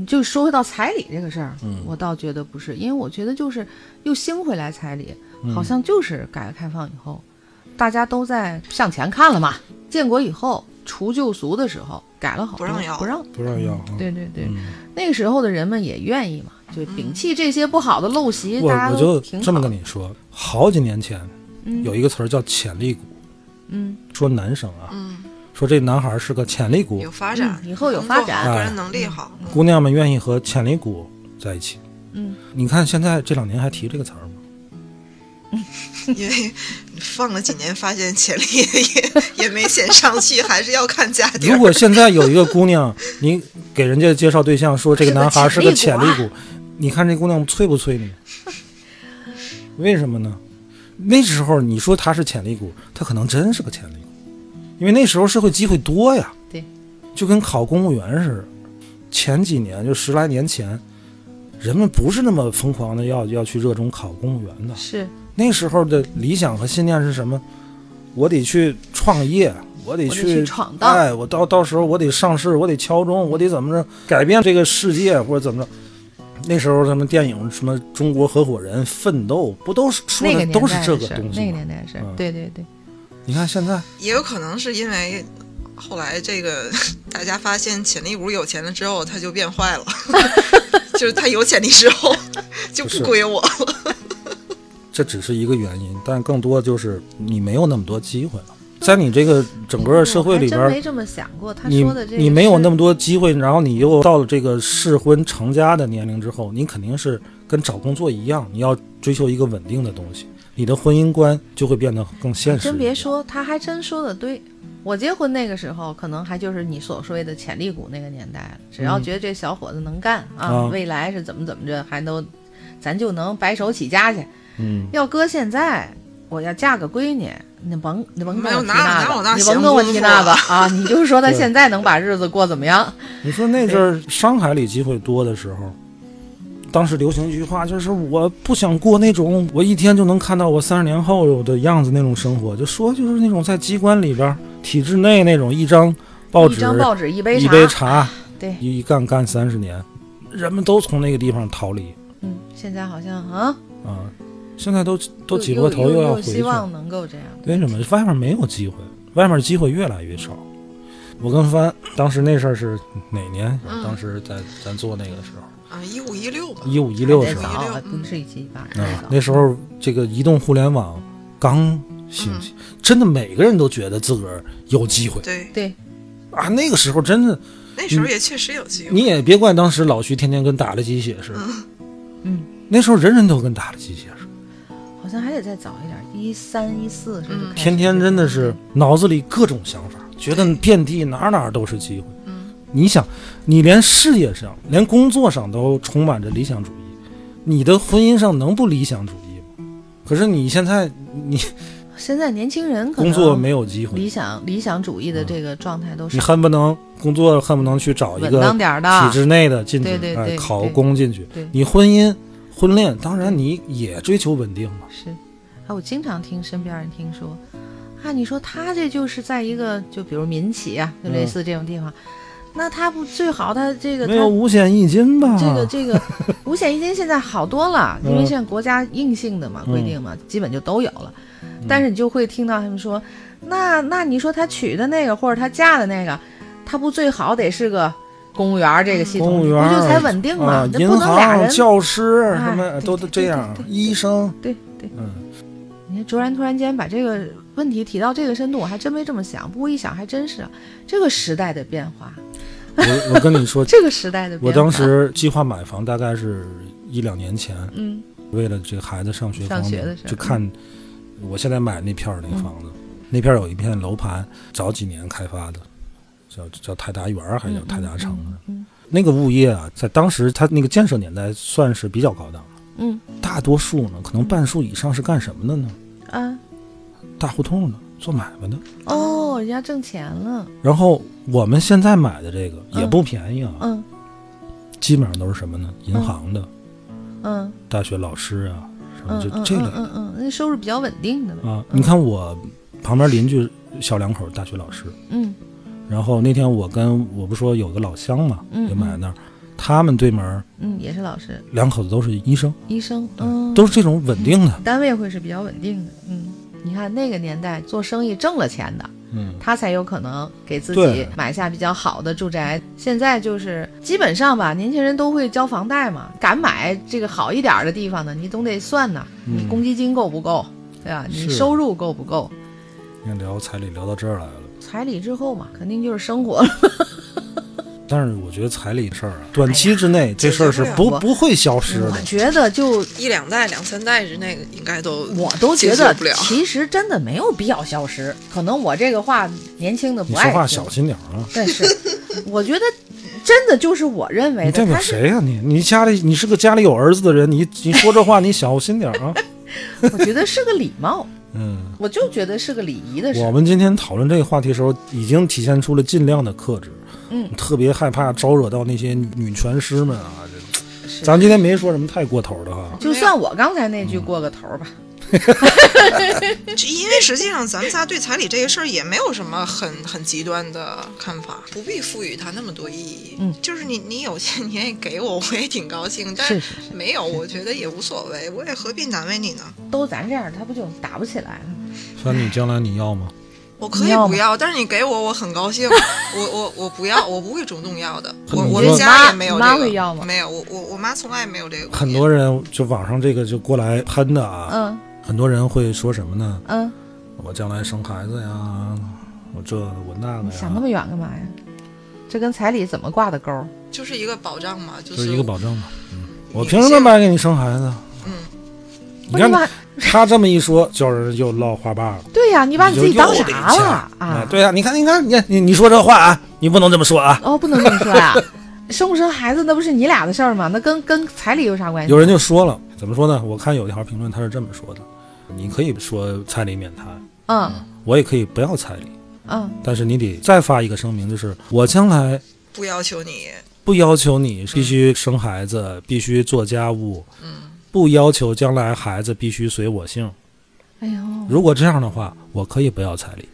就说回到彩礼这个事儿，嗯我倒觉得不是，因为我觉得就是又兴回来彩礼，嗯好像就是改革开放以后，大家都在向前看了嘛。建国以后除旧俗的时候改了好多，不让要不让，不让要啊。对对对，嗯那个时候的人们也愿意嘛，就摒弃这些不好的陋习，我嗯大家我都就挺这么好跟的。你说，好几年前嗯有一个词儿叫潜力股，嗯，说男生啊，嗯，说这男孩是个潜力股有，发展，嗯以后有发展工作好个人能力好，嗯姑娘们愿意和潜力股在一起。嗯，你看现在这两年还提这个词儿吗？因为放了几年，发现潜力也也没显上去，还是要 (laughs) 看家底如儿。果现在有一个姑娘，你给人家介绍对象说这个男孩是个潜力是股，啊你看这姑娘催不 (laughs) 催你？为什么呢？那时候你说他是潜力股，他可能真是个潜力股，因为那时候社会机会多呀。对，就跟考公务员似的，前几年就十来年前，人们不是那么疯狂的要要去热衷考公务员的。是那时候的理想和信念是什么？我得去创业，我得我得去去闯荡哎，我到到时候我得上市，我得敲钟，我得怎么着改变这个世界或者怎么着。那时候什么电影什么中国合伙人奋斗，不都是说那个的年都是代这的个事儿，东那西个吗？年代的事儿嗯，对对对，你看现在，也有可能是因为后来这个大家发现潜力股有钱了之后，他就变坏了， (laughs) 就是他有潜力之后就不是不归我了。这只是一个原因，但更多就是你没有那么多机会了。在你这个整哎个社会里边我还儿真，没这么想过。他你说的这个你没有那么么多机会，然后你又到了这个适婚成家的年龄之后，你肯定是跟找工作一样，你要追求一个稳定的东西，你的婚姻观就会变得更现实。啊真别，说，他还真说的对。我结婚那个时候，可能还就是你所说的潜力股那个年代了。只要嗯觉得这小伙子能干啊，啊未来是怎么怎么着，还都，咱就能白手起家去。嗯，要搁现在，我要嫁个闺女，你甭你甭没跟有我提哪有哪有那那个，你闲甭跟我工提夫那个啊啊！你就是说他对现在能把日子过怎么样？你说那阵儿上海里机会多的时候，当时流行一句话，就是我不想过那种我一天就能看到我三十年后的样子那种生活，就说就是那种在机关里边儿体制内那种一张报纸一张报纸一杯一茶，杯茶，对一干干三十年，人们都从那个地方逃离。嗯，现在好像啊，啊，现在都都又挤破头又要又回去希，望能够这样。为什么？外面没有机会，外面机会越来越少。我跟帆当时那事儿是哪年？嗯当时在咱做那个的时候，啊，一五一六吧，一五一六还时得候早16还不是一七一八，还啊早，那时候这个移动互联网刚兴嗯起，真的每个人都觉得自个儿有机会对，对，啊。那个时候真的，那时候也确实有机会。嗯你也别怪当时老徐天天跟打了鸡血似的，嗯，那时候人人都跟打了鸡血似的。好像还得再早一点，一三一四是就开始天天真的嗯是脑子里各种想法，觉得遍地哪哪都是机会。嗯你想，你连事业上、连工作上都充满着理想主义，你的婚姻上能不理想主义吗？可是你现在你现在年轻人可工能作没有机理会，想理想主义的这个状态都你是恨不能工作恨不能去找一稳当个点儿体的，制内的进去，对对哎，对考对公进去对。你婚姻、婚恋，当然你也追求稳定嘛。是。哎，我经常听身边人听说，啊，你说他这就是在一个就比如民企啊，就类似这种地方，那他不最好他这个嗯没有他。五险一金吧？这 (laughs) 个这个五险一金现在好多了，因为嗯现在国家硬性的嘛规定嘛，基本就都有了。但是你就会听到他们说，那那你说他娶的那个或者他嫁的那个，他不最好得是个公务员儿这个系统，公务员儿不就才稳定嘛？啊，那银不能俩行、人。教师哎什么对都对都对这对样对，对医生，对对， (laughs) 嗯，你看卓然突然间把这个问题提到这个深度，我还真没这么想。不过一想还真是，这个时代的变化，，我我跟你说 (laughs) 这个时代的变化。我当时计划买房，大概是一两年前，嗯，为了这孩子上学上方学面的时候嗯就看我现在买那片儿那房子，那片儿有一片楼盘，早几年开发的，叫叫泰达园儿还是叫泰达城啊。嗯那个物业啊，在当时它那个建设年代算是比较高档的，嗯大多数呢，可能半数以上是干什么的呢？啊，大胡同的，做买卖的。哦，人家挣钱了，然后我们现在买的这个嗯也不便宜啊，嗯基本上都是什么呢？银行的、嗯大学老师啊，什么嗯就嗯这类嗯嗯嗯，那收入比较稳定的呗，啊。你看我旁边邻居小两口大学老师，嗯然后那天我跟我不说有个老乡嘛，嗯也买那儿，他们对门儿嗯，也是老师、两口子都是医生，医生，嗯，都是这种稳定的，单位会是比较稳定的，嗯。你看那个年代做生意挣了钱的，嗯，他才有可能给自己对买下比较好的住宅。现在就是基本上吧，年轻人都会交房贷嘛，敢买这个好一点儿的地方呢，你总得算呐，你嗯公积金够不够，对吧？你是收入够不够？你看聊彩礼聊到这儿来了。彩礼之后嘛，肯定就是生活了。但是我觉得彩礼这事儿哎啊，短期之内这事儿是我嗯不不会消失的 (laughs) 我。觉得就一两代、两三代之内应该都我都觉解决得不了，其实真的没有必要消失。可能我这个话年轻的你不爱说听，话小心点儿啊！但是 (laughs) 我觉得真的就是我认为你的，代表哎他是谁呀、啊你你家里你是个家里有儿子的人，你你说这话你小心点儿 (laughs) 啊！我觉得是个礼貌，嗯，我就觉得是个礼仪的事我儿。们今天讨论这个话题的时候，已经体现出了尽量的克制。嗯，特别害怕招惹到那些女拳师们啊！这是嗯咱们今天没说什么太过头的哈。就算我刚才那句过个头儿吧，这因为实际上咱们仨对彩礼这个事儿也没有什么很很极端的看法，不必赋予它那么多意义。嗯，就是你你有 (laughs) 钱你愿意给我，我也挺高兴，但是是是，没有，我觉得也无所谓，我也何必难为你呢？都咱这样，他不就打不起来了吗？三女，将来你要吗？我可以你要吗不要，但是你给我，我很高兴。我我我不要，我不会主动要的。我很我你们妈家也没有你这个，妈会要吗没有，我我我妈从来没有这个观念。很多人就网上这个就过来喷的啊，嗯很多人会说什么呢？嗯，我将来生孩子呀，我这我那个你呀，想那么远干嘛呀？这跟彩礼怎么挂的钩儿？就是一个保障嘛，就就是是一个保证嘛。嗯，你我凭什么白给你生孩子？嗯，你不是看你把他这么一说，就是又落话把了。对呀、你把你自己当啥了啊啊？？对呀、你看，你看，你你你说这话啊，你不能这么说啊。哦，不能这么说呀、生不生孩子那不是你俩的事儿吗？那跟跟彩礼有啥关系？有人就说了，怎么说呢？我看有一条评论他是这么说的：你可以说彩礼免谈，嗯我也可以不要彩礼，嗯但是你得再发一个声明，就是我将来不要求你。不要求你必须生孩子，必须做家务，嗯，不要求将来孩子必须随我姓。哎呦，如果这样的话，我可以不要彩礼。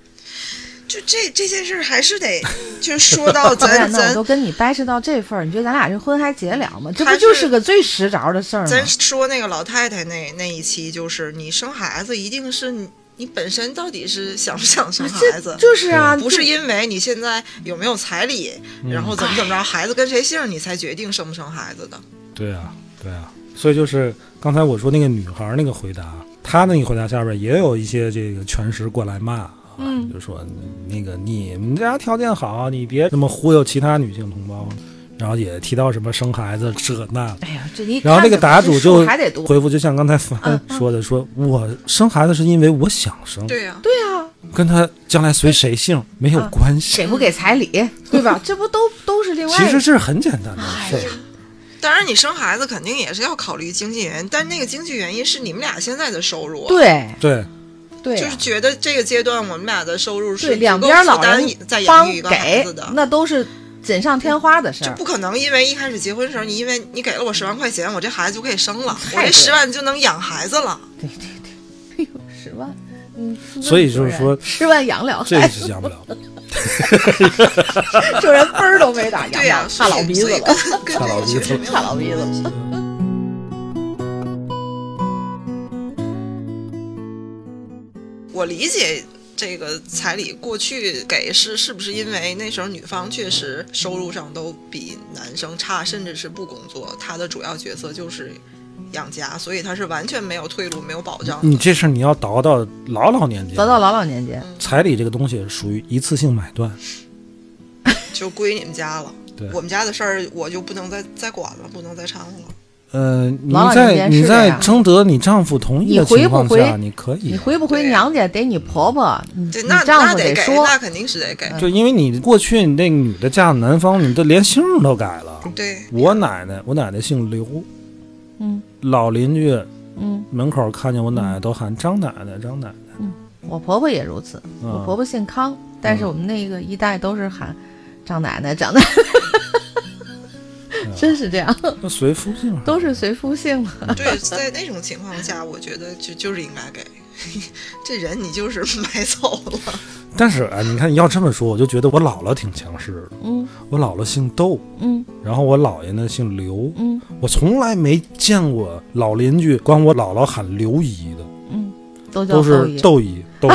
就这这件事儿还是得，就说到不然咱呢，我咱都跟你掰扯到这份儿，你觉得咱俩这婚还结得了吗？这不还就是是个最实着的事儿吗？咱说那个老太太那那一期，就是你生孩子一定是你你本身到底是想不想生孩子，就是啊，不就是因为你现在有没有彩礼，嗯然后怎么怎么着，孩子跟谁姓儿，你才决定生不生孩子的。对啊，对啊，所以就是刚才我说那个女孩儿那个回答，她那个回答下边也有一些这个全师过来骂啊，嗯就说那个你们家条件好，你别这么忽悠其他女性同胞，然后也提到什么生孩子这那。哎呀，这你然后那个答主就还得多，回复就像刚才凡嗯嗯说的，说我生孩子是因为我想生，对呀、对啊，跟他将来随谁姓没有嗯关系。给不给彩礼，对吧？这不都都是另外其实这是很简单的事儿，当然你生孩子肯定也是要考虑经济原因，但那个经济原因是你们俩现在的收入啊。对对，对啊、就是觉得这个阶段我们俩的收入对是两足够边老负担人在帮养育一个孩给子的，，那都是锦上添花的事就儿。不可能因为一开始结婚的时候，你因为你给了我十万块钱，我这孩子就可以生了，我太对这了十万就能养孩子了。对对对，哎呦，十万，嗯，所以就是说十万养了这孩是子，讲不了。这人分儿都没打，养对呀、俩差老所以鼻子所以了，跟跟差这老个鼻确子实了没有差老鼻子了。我理解这个彩礼过去给是是不是因为那时候女方确实收入上都比男生差，甚至是不工作，她的主要角色就是养家，所以她是完全没有退路、没有保障的。你这事儿你要倒到老老年间，走到老老哎年间，彩礼这个东西属于一次性买断，就归你们家了对。我们家的事儿我就不能再再管了，不能再掺和了。呃，你老老年在间你是这在样征得你丈夫同意你的回情不况回下，你可以你啊，回不回对娘家得你婆婆，你对，你那丈那夫得给，说，嗯那肯定是得给。就因为你过去那个女的嫁到南方，你的连姓儿都改了。 (laughs) 对，我奶奶，我奶奶姓刘，嗯老邻居嗯，门口看见我奶奶都喊张奶奶，张奶奶。我婆婆也如此，嗯、我婆婆姓康，但是我们那个一代都是喊张奶奶、张奶 (laughs) 奶，真是这样，那随夫姓啊都是随夫姓了。对，在那种情况下，我觉得就就是应该给。 (laughs) 这人你就是 (laughs) 买走了，但是啊，你看你要这么说，我就觉得我姥姥挺强势的。嗯我姥姥姓窦，嗯然后我姥爷呢姓刘，嗯我从来没见过老邻居管我姥姥喊刘姨的，嗯，都叫都是姨。窦姨，窦 (laughs) 姨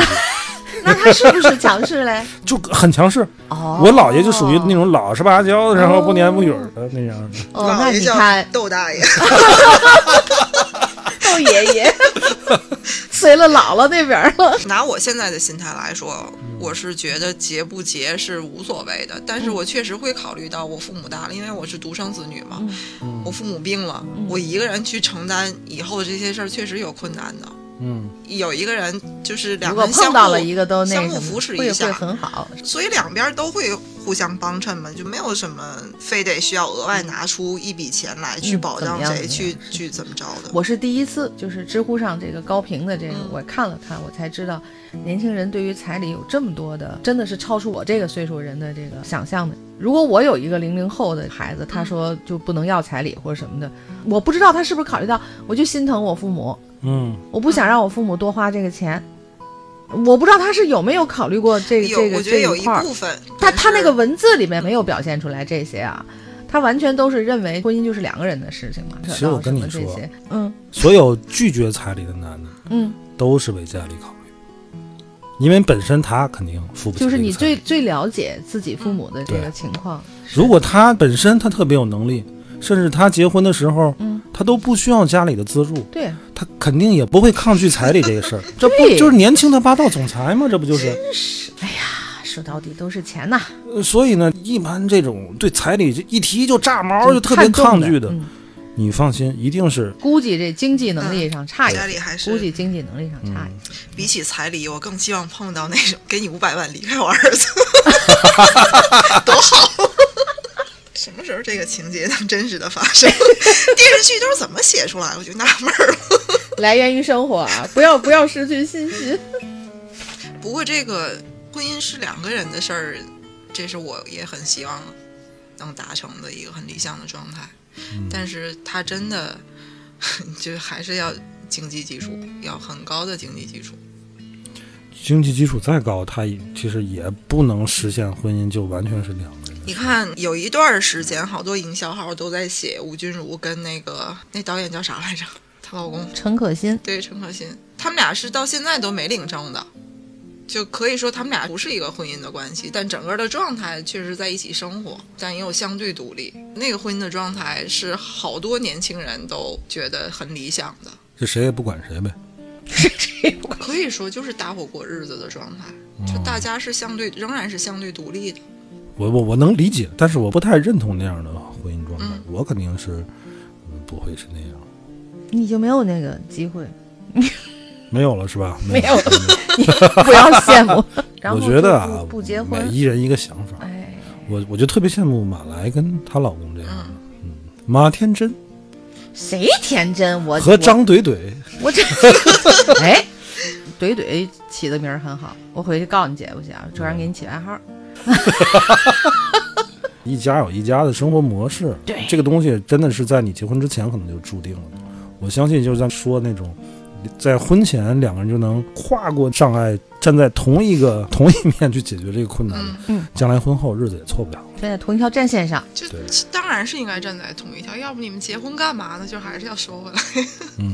那他是不是强势 (laughs) 嘞？就很强势。哦，我姥爷就属于那种老实巴交，然后不言不语儿的那样的。哦，姥那爷你叫看窦大爷， (laughs) 窦爷 (laughs) 爷随了姥姥那边儿了。拿我现在的心态来说，我是觉得结不结是无所谓的，但是我确实会考虑到我父母大了，因为我是独生子女嘛，嗯我父母病了，嗯我一个人去承担以后这些事儿确实有困难的。嗯，有一个人就是两如个果人相碰互到了一个都那相什互么，扶持会一会下，很好。所以两边都会互相帮衬嘛，就没有什么非得需要额外拿出一笔钱来去嗯保怎么障样谁怎么去样去怎么着的。我是第一次，就是知乎上这个高频的这个嗯，我看了看，我才知道，年轻人对于彩礼有这么多的，真的是超出我这个岁数人的这个想象的。如果我有一个零零后的孩子，他说就不能要彩礼或者什么的，我不知道他是不是考虑到，我就心疼我父母，嗯，我不想让我父母多花这个钱。我不知道他是有没有考虑过这有这，个我觉得这有块儿部，分，他但他那是个文字里面没有表现出来这些啊，他完全都是认为婚姻就是两个人的事情嘛。其实我跟你扯到什么这些，嗯所有拒绝彩礼的男的嗯，都是为家里考虑，因为本身他肯定付不起。就是你嗯最，最了解自己父母的这个情况。如果他本身他特别有能力，甚至他结婚的时候，嗯，他都不需要家里的资助，对，他肯定也不会抗拒彩礼这个事儿。这不 (laughs) 对就是年轻的霸道总裁吗？这不 (laughs) 就是？啊说到底都是钱呐，呃所以呢，一般这种对彩礼就一提就炸毛，就就特别看重抗拒的，嗯你放心，一定是估计这经济能力上差一家些，里还是估计经济能力上差一些。比起彩礼，我更希望碰到那种给你五百万离开我儿 (laughs) 子，多好。什么时候这个情节能真实的发生？电视剧都是怎么写出来的？我就纳闷儿了。来源于生活啊，不要不要失去信 (laughs) 心。不过这个婚姻是两个人的事儿，这是我也很希望能达成的一个很理想的状态。但是他真的 (laughs) 就还是要经济基础，要很高的经济基础。经济基础再高，他也其实也不能实现婚姻，就完全是两个人。你看，有一段儿时间，好多营销号都在写吴君如跟那个那导演叫啥来着？她老公陈可辛，对陈可辛，他们俩是到现在都没领证的，就可以说他们俩不是一个婚姻的关系，但整个的状态确实在一起生活，但也有相对独立。那个婚姻的状态是好多年轻人都觉得很理想的，就谁也不管谁呗。可以说就是搭伙过日子的状态，就大家是相对仍然是相对独立的。我我我能理解，但是我不太认同那样的婚姻状态，嗯我肯定是嗯不会是那样。你就没有那个机会，没有了是吧？没有了。 (laughs) 不要羡慕。 (laughs) 然后我觉得就啊，不不结每婚，一人一个想法。哎，我我就特别羡慕马来跟她老公这样的，嗯，马天真谁天真？我和张怼怼，我 (laughs) 这 (laughs) 哎，怼怼起的名儿很好，我回去告你姐夫去啊，专门给你起外号。一家有一家的生活模式。对这个东西真的是在你结婚之前可能就注定了。我相信，就是在说那种，在婚前两个人就能跨过障碍，站在同一个同一面去解决这个困难的，嗯，将来婚后日子也错不了。站在同一条战线上，就对当然是应该站在同一条，要不你们结婚干嘛呢？就还是要收回来。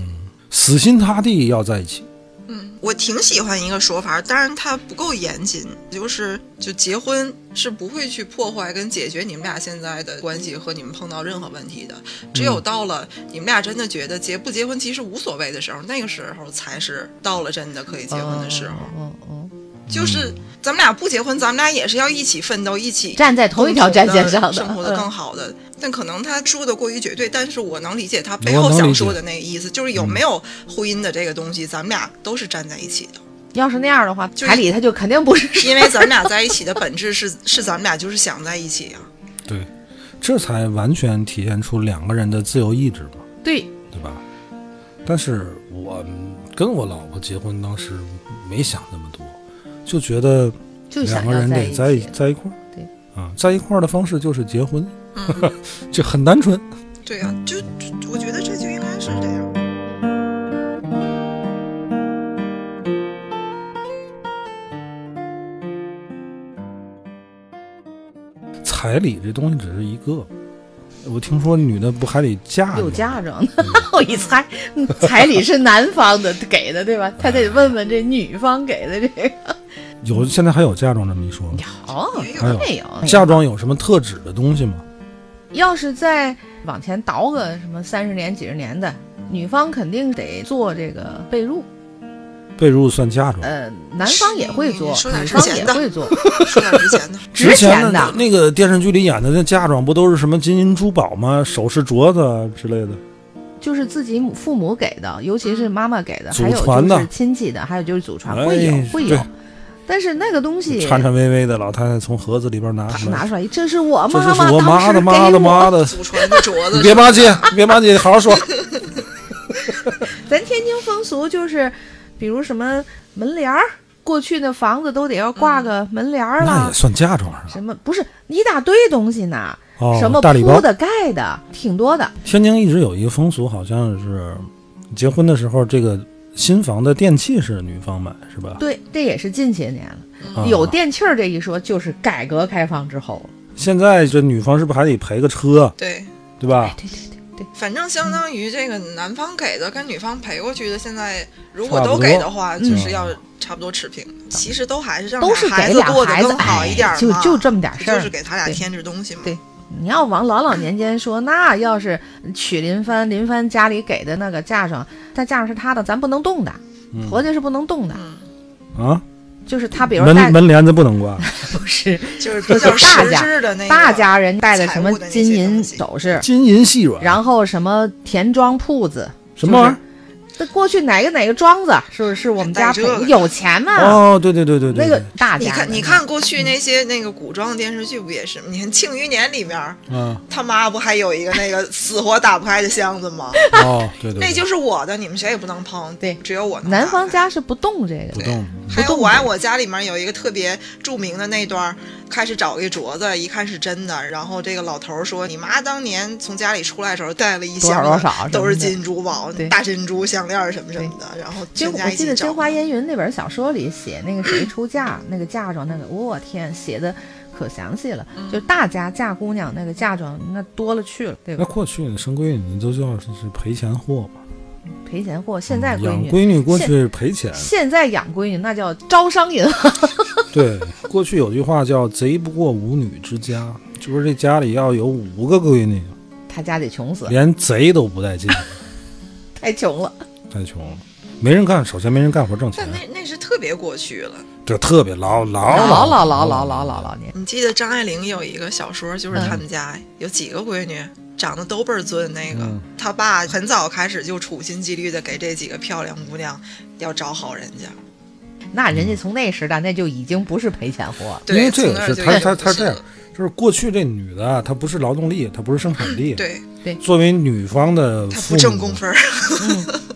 死心塌地要在一起，嗯，我挺喜欢一个说法，当然它不够严谨，就是就结婚是不会去破坏跟解决你们俩现在的关系和你们碰到任何问题的，只嗯有到了你们俩真的觉得结不结婚其实无所谓的时候，那个时候才是到了真的可以结婚的时候。嗯嗯嗯，就是咱们俩不结婚，咱们俩也是要一起奋斗，一起站在同一条战线上生活的嗯的更好的。但可能他说的过于绝对，但是我能理解他背后想说的那个意思，就是嗯有没有婚姻的这个东西，咱们俩都是站在一起的。要是那样的话，就是彩礼他就肯定不是 (laughs) 因为咱们俩在一起的本质是是咱们俩就是想在一起呀、对，这才完全体现出两个人的自由意志嘛，对，对吧？但是我跟我老婆结婚当时没想那么多，就觉得就两想个要人在得一在一起。在一块儿。对，啊，在一块儿的方式就是结婚，嗯， (laughs) 就很单纯。对呀、就就我觉得这就应该是这样。 (laughs) 彩礼这东西只是一个，我听说女的不还得嫁有吗嫁妆， (laughs) 我一猜，嗯彩礼是男方的给的，对吧？他哎得问问这女方给的这个。有现在还有嫁妆这么一说吗？哦，也有还有没有嫁妆有什么特指的东西吗？要是再往前倒个什么三十年、几十年的，女方肯定得做这个被褥，被褥算嫁妆，呃，男方也会做，你说点女值方钱也的会做，说点之前的，值前钱的那个电视剧里演的那嫁妆不都是什么金银珠宝吗？首饰、镯子啊之类的。就是自己母父母给的，尤其是嗯妈妈给的，祖还有传就的是亲戚的，还有就是祖传哎会有会有对，但是那个东西颤颤巍巍的老太太从盒子里边拿出拿来，出来，这是我这妈就是我当妈时的给妈的我妈的，祖传的镯你子是，别巴结，你别巴结，好好 (laughs) 说。咱天津风俗就是，比如什么门帘儿，过去那房子都得要挂嗯个门帘儿那啦也，算嫁妆是吧？什么不是一大堆东西呢？哦，什么大礼包铺。的、盖的，挺多的。天津一直有一个风俗，好像是结婚的时候，这个新房的电器是女方买，是吧？对，这也是近些年了。啊有电器儿这一说，就是改革开放之后了。现在这女方是不是还得赔个车，对，对吧？对对对对，反正相当于这个男方给的跟女方赔过去的，现在如果差不都多给的话，嗯就是要差不多持平。其嗯实都还是让都是俩给子俩过得孩子更，好一点哎嘛，，就就这么点事就儿是。给他俩对添置东西嘛。对你要往老老年间说，那要是娶林帆，林帆家里给的那个嫁妆，但嫁妆是他的，咱不能动的，嗯婆家是不能动的。嗯，啊，就是他，哎比如说带门门帘子不能 (laughs) 挂，不是就是比较实质的那个大家人带的什财么务的那些金银东西首饰，金银细软，然后什么田庄铺子，什么玩意这过去哪个哪个庄子，是不是是我们家带这个配有钱儿？嘛？哦，对对对对对，啊那个大家你人看，你，看过去那些那个古装电视剧不也是吗？你看《庆余年》里面，对 (laughs) 啊，他妈不还有一个那个死活打不开的箱子吗？哦，对对，那对就是我的，你们谁也不能碰，对只有我能打开。男方家是不动这个不的，动。还有不动我的爱我家里面有一个特别著名的那段儿，开始找一镯子，一看是真的，然后这个老头儿说：“你妈当年从家里出来的时候带了一多少箱多子少都是什么的金银珠宝对，大珍珠项链儿什么什么的，然后就全我家一记起得《找烟。花烟云》那本小说里写那个谁出嫁那个嫁妆，那个我天写的可详细了，就大家嫁姑娘那个嫁妆那多了去了，对那吧？过去生闺女都叫是赔钱货嘛，赔钱货，现在闺养女闺女过去赔 (laughs) 钱，现在养闺女那叫招商银行，对，过去有句话叫“贼不过五女之家”，就是这家里要有五个闺女，他家得穷死，连贼都不带进，太穷了。太穷了，没人干，首先没人干活挣钱但，那那是特别过去了。这特别老老老老老老老老老老年，你记得张爱玲有一个小说，就是嗯他们家有几个闺女，长得都倍儿尊。那个、嗯他爸很早开始就处心积虑的给这几个漂亮姑娘要找好人家。那人家从那时代那就已经不是赔钱货了，因对，为这从那个儿是就她有她她了这样，就是过去这女的啊她不是劳动力，她不是生产力，对作为女方的她父不挣母工分儿，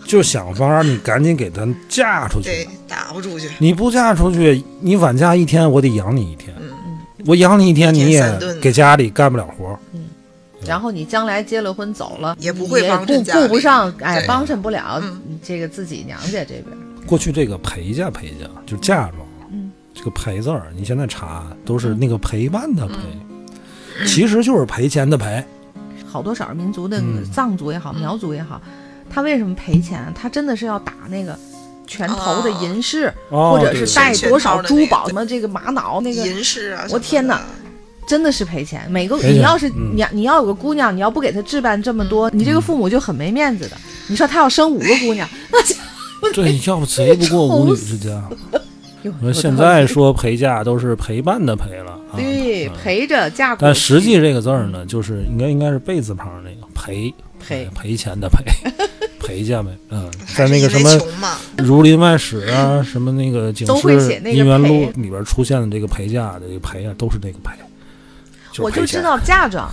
就想法让你赶紧给她嫁出对去，，打不出去。你不嫁出去，你晚嫁一天，我得养你一天，嗯我养你一天，一天你也三顿给家里干不了活儿，然后你将来结了婚走了，也不会帮顾衬家里顾不上，哎，对帮衬不了嗯这个自己娘家这边。过去这个陪嫁陪嫁就是嫁妆，嗯这个陪字儿，你现在查都是那个陪伴的陪，嗯其实就是赔钱的赔。好多少数民族的嗯藏族也好，苗族也好，他为什么赔钱？他真的是要打那个拳头的银饰，哦，或者对是对戴对多少珠宝，什么这个玛瑙那个。银饰啊，我天哪哪！真的是赔钱，每个赔钱你要是嗯你要你要有个姑娘，你要不给她置办这么多，你这个父母就很没面子的。 (laughs) 你说他要生五个姑娘，那就 (laughs) 对，要不贼不过五女之家。有那现在说陪嫁都是陪伴的陪了，啊、对嗯陪着嫁过去，但实际这个字儿呢，就是应该应该是贝字旁那个陪陪哎赔钱的赔 (laughs) 陪嫁呗， (laughs) 嗯，在还是那个因什为么《穷嘛，儒林外史》啊，什么那个《警都会世写那个姻缘录陪》里边出现的这个陪嫁的这个陪啊，都是那个陪。是我就陪知嫁道 (laughs) 嫁妆，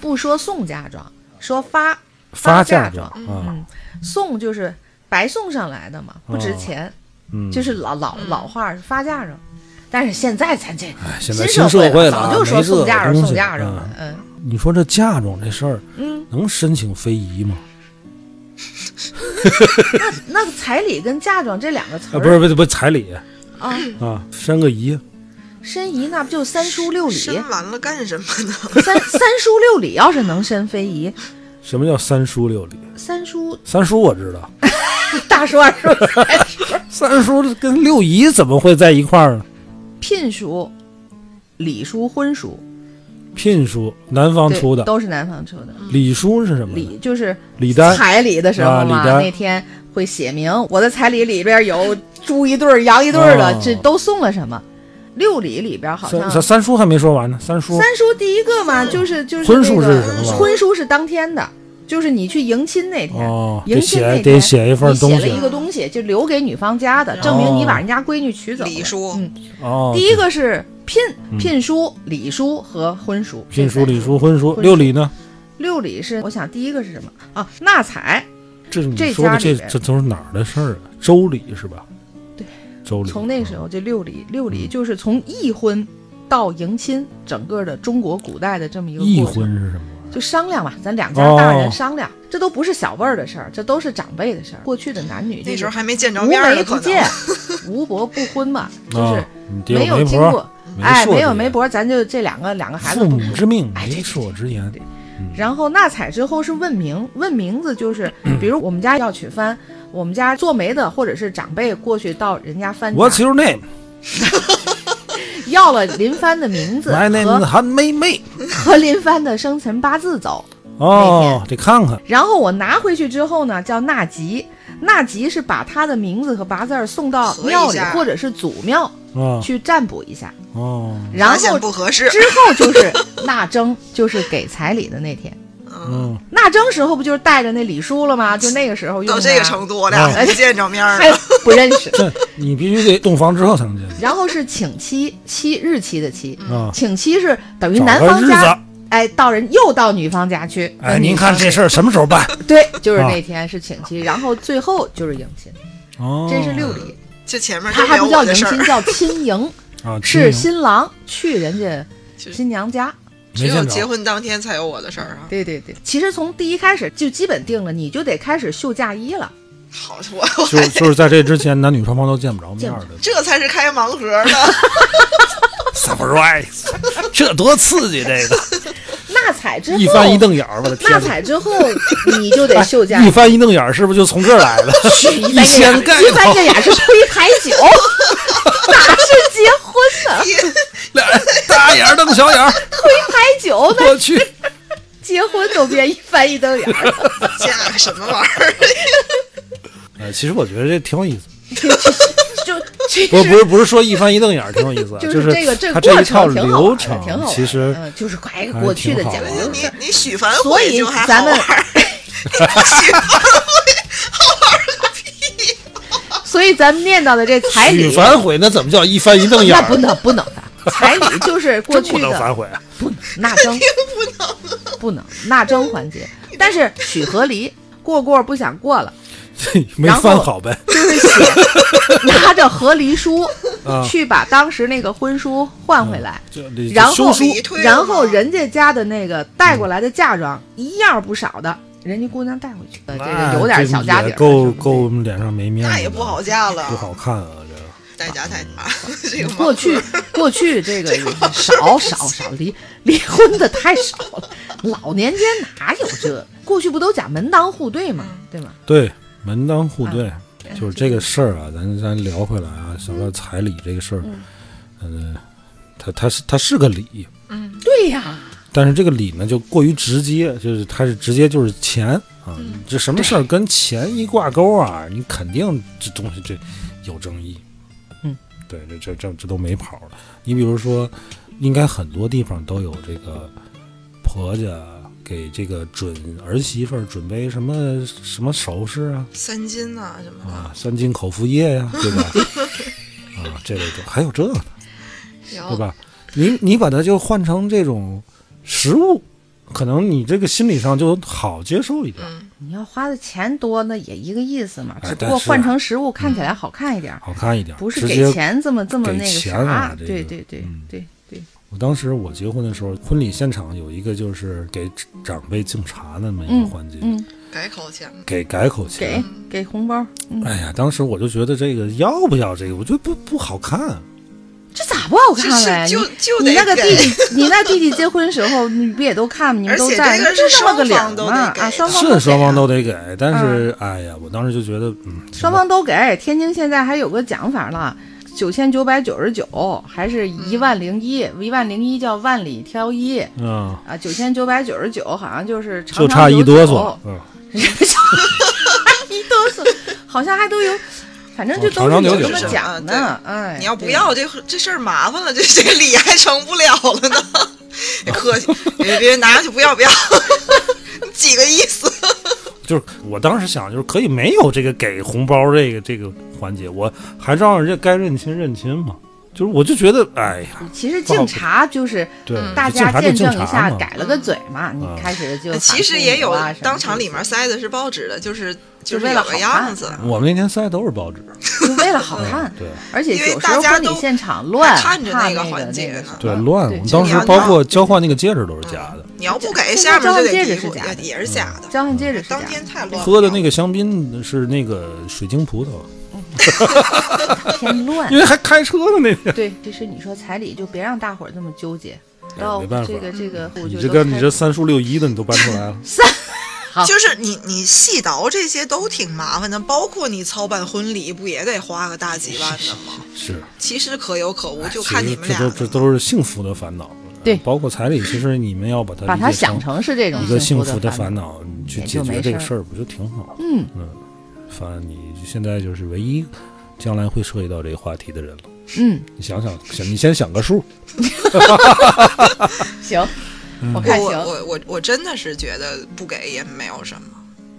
不说送嫁妆，说发发嫁妆妆啊，嗯，送就是白送上来的嘛，不值哦钱，嗯，就是老老老话儿发嫁妆。但是现在咱这哎现在新新社会了啊，早就说没这送个嫁妆东送西嫁妆了嗯，嗯你说这嫁妆这事儿嗯，能申请非遗吗？那个彩礼跟嫁妆这两个词啊，儿不是不是不是彩礼啊，啊，申个遗，申遗那不就三书六礼？申完了干什么呢？三三书六礼要是能申非遗，什么叫三书六礼？三书三书我知道，大书二书三书三书跟六姨怎么会在一块儿呢？聘书、礼书、婚书，聘书男方对出的，都是男方出的。礼书是什么呢？礼就是礼单彩礼的时候啊嘛，礼单那天会写明我的彩礼里边有猪一对儿、羊一对儿的，哦这都送了什么？六礼里边好像三三三叔还没说完呢，三叔三叔第一个嘛，就是就是婚书那是个什么玩意儿婚书是当天的，就是你去迎亲那天，哦，迎得亲那写天得写一份你东写了一西个东西，就留给女方家的，证明你把人家闺女娶走了。礼书嗯，哦。第一个是聘嗯聘书、礼书和婚书。聘书、这三礼书、婚书，婚书六礼呢？六礼是，我想第一个是什么啊？纳采，这是你这说的家这里边这都是哪儿的事儿啊？周礼是吧？对，周礼。嗯从那时候这六礼，六礼就是从议婚到迎亲，整个的中国古代的这么一个议过程婚是什么啊玩意就商量吧，咱两家大哦人商量，这都不是小辈儿的事儿，这都是长辈的事儿。过去的男女那就时是候还没见着无面儿媒呢，不可见 (laughs) 能。，无伯不婚嘛，儿？就啊是你爹没有媒经婆，过，媒哎，妁没有之媒言，婆，咱就这两个两个孩子父不母之命，哎媒对妁之言对。嗯然后纳采之后是问名，问名 (clears throat) 字就是，比如我们家要娶番，我们家做媒的或者是长辈过去到人家番，What's 家 your name? 要了林番的名字 My name 和 is 韩梅梅。和林番的生辰八字走，哦，得看看。然后我拿回去之后呢，叫纳吉。纳吉是把他的名字和八字儿送到合一庙里下或者是祖庙啊去占卜一下，哦，然发现后不合适，之后就是纳征， (laughs) 就是给彩礼的那天。嗯，嗯，纳征时候不就是带着那礼书了吗？就那个时候用到的这个程度，我俩嗯还没见着面 (laughs) 儿还呢。不认识。这你必须得洞房之后才能见面然后是请期，期日期的期，嗯啊。请期是等于找男个方日家子，哎，到人又到女方家去。哎，您看这是事儿什么时候办？对，就是啊那天是请期，然后最后就是迎亲，哦，这是六礼。这前面他都还没有不叫我迎的事亲，儿， (laughs) 叫亲迎， (laughs) 啊，是新新郎去人家就新娘家。没只有见结着，婚当天才有我的事儿啊。对对对，其实从第一开始就基本定了，你就得开始绣嫁衣了。好，我我就就是在这之前，男女双方都见不着面儿的。这才是开盲盒呢。 surprise，这多刺激！这个纳采之后，一翻一瞪眼儿，我的天纳哪！哎采之后，你就得绣嫁一衣。翻一瞪眼儿，是不是就从这儿来的？ (laughs) 一一掀盖一翻头，个眼是推牌九， (laughs) 哪是结婚呢？俩人大眼儿瞪小眼 (laughs) 儿，推牌九那我 (laughs) 去！结婚都变一翻一瞪眼儿，嫁个什么玩意儿？ (laughs) 呃，其实我觉得这挺有意思， (laughs) 就其不不实是不是说一翻一瞪眼儿挺有意思啊，就是是这个这它个这过一套程挺好流玩的，程挺好玩的。，其实嗯，就是快还过去的挺好讲玩究你事儿。你许凡所会以就还咱好们玩儿， (laughs) 所以咱们念叨的这彩许礼，反悔那怎么叫一翻一瞪眼那儿啊不？能不能的，彩礼就是过 (laughs) 真去不能的反悔啊，不能纳征，不能不能纳征环节，但是许和离过过不想过了，没然后翻好呗。就是写拿着和离书 (laughs) 啊去把当时那个婚书换回来，这这然后修书理退了然后吗人家家的那个带过来的嫁妆一样不少的，人家姑娘带回去，呃这那个有点小家底也儿，够是不是够我们脸上没面子那的，也不好嫁了不，好看啊，这个。代价太大。这个盲盒 (laughs) 过去过去这个也是少少少离离婚的太少了，老年间哪有这？过去不都讲门当户对嘛，嗯对吗？对，门当嗯户对，就是这个事儿啊，咱咱聊回来啊，想到彩礼这个事儿，嗯，它它是它是个礼，对呀、但是这个礼呢就过于直接，就是它是直接就是钱啊，这什么事儿跟钱一挂钩啊，你肯定这东西这有争议。嗯，对，这这这这都没跑了。你比如说，应该很多地方都有这个婆家给这个准儿媳妇儿准备什么什么首饰啊，三金呐、什么啊的，，三金口服液呀、对吧？啊，这类的还有这个，然对后哦吧？你你把它就换成这种食物，可能你这个心理上就好接受一点，你要花的钱多，那也一个意思嘛，哎只不但过是换啊成食物看起来好看一点儿，好看一点，不是直给接钱这么这么给那个钱啥，啊这对个对对嗯对对，我当时我结婚的时候，婚礼现场有一个就是给长辈敬茶的那么一个嗯环节，嗯，改口前给改口给钱。给红包，嗯，哎呀，当时我就觉得这个要不要这个，我觉得不不好看。这咋不好看了呀？是就你就你得那个弟给，弟，你那弟弟结婚时候，你不也都看吗？你们而都且在，这你个就是闹个双脸方都嘛得啊，给双的方是都双给方啊嗯都得给，但是、哎呀，我当时就觉得，嗯，行双吧方都给。天津现在还有个讲法了，九千九百九十九还是一万零一，嗯一万零一叫万里挑一嗯，啊，九千九百九十九好像就是长就差长久一哆嗦久，，嗯，一哆嗦，好像还都有，反正就哦长都长是有久这久么是吧讲的。哎，你要不对要这这事儿麻烦了，这这个礼还成不了了呢， (laughs) (laughs) 客气，别别拿去不要不 (laughs) 要，几个意思？就是我当时想，就是可以没有这个给红包这个这个环节，我还让人家该认亲认亲嘛。就是我就觉得，哎呀，其实敬茶就是对，嗯嗯大就敬家茶就见敬证茶一下，嘛改了个嘴嘛，你嗯开始就哎呃其实也有喊父母啊什么当场的里面塞的是报纸的，就是就是为有了个好样看子，我们那天塞的都是报纸，就为了好嗯看。对而且因为有时大候家婚礼都现场乱，看着怕那那个环节那个呢什对么乱。我对们当时就包括交换那个戒指都是假嗯的，你要不给，这下面就得这嘀这咕，这这也也是假的。交换戒指嗯是假当的天太乱了，喝的那个香槟是那个水晶葡萄，嗯偏乱因。为还开车呢那天。 (laughs) 对，其实你说彩礼就别让大伙儿这么纠结，到哎没办法嗯这个这个，我你就这都个开你这三书六一的你都搬出来了，好就是你你细倒这些都挺麻烦的，包括你操办婚礼不也得花个大几万呢吗？是，其实可有可无，就其看你实这们俩都了。这都是幸福的烦恼。嗯对包括彩礼，其实你们要把它把理它解想成是这种一个幸福福的烦烦。恼，你去也解就决没这个事儿事儿，不就挺好？嗯，嗯，反正你现在就是唯一将来会涉及到这个话题的人了。嗯，你想想，想你先想个数，行，嗯嗯我我看我行。我我我真的是觉得不给也没有什么，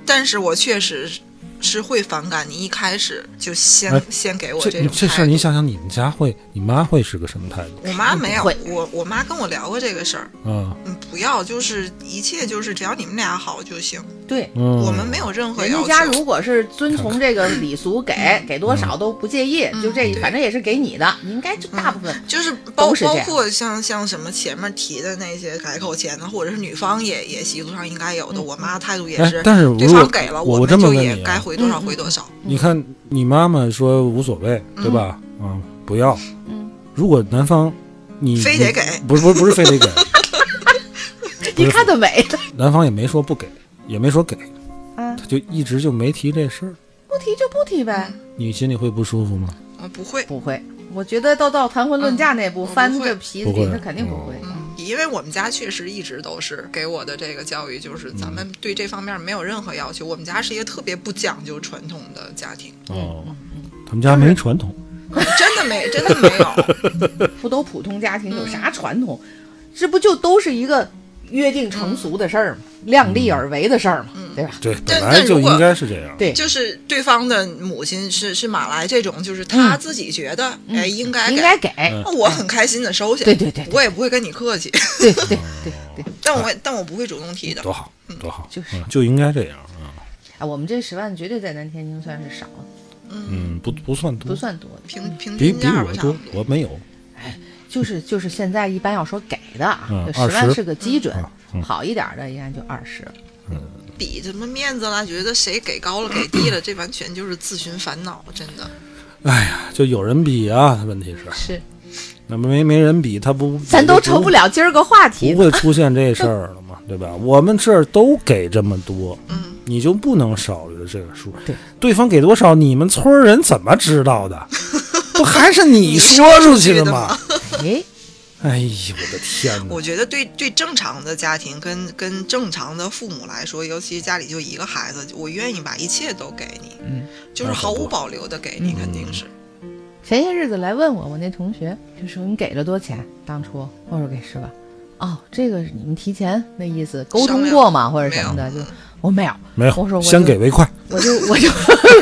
但是我确实是是会反感你一开始就先、哎先给我这种这态事儿度你想想，你们家会，你妈会是个什么态度？我妈没有会，我我妈跟我聊过这个事儿，啊，嗯，不要，就是一切就是只要你们俩好就行，对，嗯，我们没有任何人要家求。家如果是遵从这个礼俗，给给多嗯少都不介意，就这对反正也是给你的，你应该就大部分就是包都是这包样括像像什么前面提的那些改口前的，或者是女方也也习俗上应该有嗯的。我妈态度也哎是，但是如对果方给了，我我我这们么就问也你啊该回多少嗯嗯回多少。你看，你妈妈说无所谓，对吧？嗯，不要。嗯，如果男方你非得给你不是不是不是非得给， (laughs) 不一是看就没了。男方也没说不给，也没说给，啊，他就一直就没提这事儿，不提就不提呗。你心里会不舒服吗？嗯我嗯不会，不会，我觉得到到谈婚论嫁那步，嗯翻我不会着皮子不会底，他肯定不会。嗯，因为我们家确实一直都是给我的这个教育，就是嗯咱们对这方面没有任何要求。我们家是一个特别不讲究传统的家庭， (laughs) 哦，他们家没传统，真的没真的没有。嗯不都普通家庭有嗯啥传统？这不就都是一个约定嗯成俗的事儿吗？量力而为的事儿嘛，对吧？对，但本来但就如果应该是这样。对，就是对方的母亲是是马来这种，就是他自己觉得哎应该嗯应给该给，那我很开心的收下，对对对对嗯我也不会跟你客气， (laughs) 对对对对。但我但我不会主动提的。多好，多好，就是嗯就应该这样啊。哎，我们这十万绝对在南天津算是少，嗯，不不算多，不算多。平平比均比价吧，我差不多，多。我没有。就是就是现在一般要说给的啊嗯，十万20是个基准嗯，嗯好一点的应该就二十。比什么面子啦，觉得谁给高了给低了，这完全就是自寻烦恼，真的。哎呀，就有人比啊，问题是是，那没没人比，他不咱都成了。不了今儿个话题不。会出现这事儿了嘛，对吧？我们这儿都给这么多，嗯，你就不能少了这个数。对，对方给多少，你们村儿人怎么知道的？不还是你说出去的吗？哎，哎呦，我的天哪！我觉得对对正常的家庭跟跟正常的父母来说，尤其是家里就一个孩子，我愿意把一切都给你，嗯就是毫无保留的给你，肯定是。前些日子来问我，我那同学就说你给了多少钱？当初我说给十万。哦，这个你们提前那意思沟通过吗？或者什么的？就我没有，没有，我说我先给为快。我就我就 (laughs)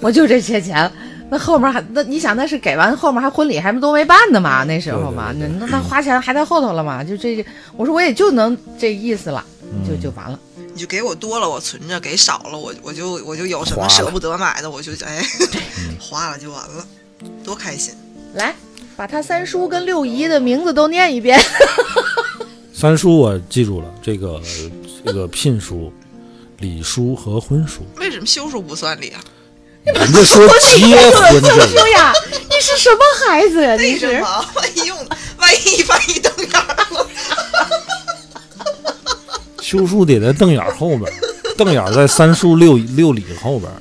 我就这些钱。那后面还那你想那是给完后面还婚礼还都没办呢嘛，那时候嘛，嗯对对对那那那花钱还在后头了嘛，就这我说我也就能这意思了，嗯就就完了。你就给我多了，我存着；给少了，我我就我就有什花么了舍不得买的，我就哎， (laughs) 花了就完了，多开心！来，把他三叔跟六姨的名字都念一遍。三叔我记住了，这个这个聘书、礼书和婚书，为什么修书不算理啊？人家说结婚这叔 (laughs) 个，呀，哎你是什么孩子呀？你为什是么？ (laughs) 万一用，万一万一瞪眼儿了，修书得在瞪眼儿后边儿，瞪眼儿在三叔六六礼后边儿，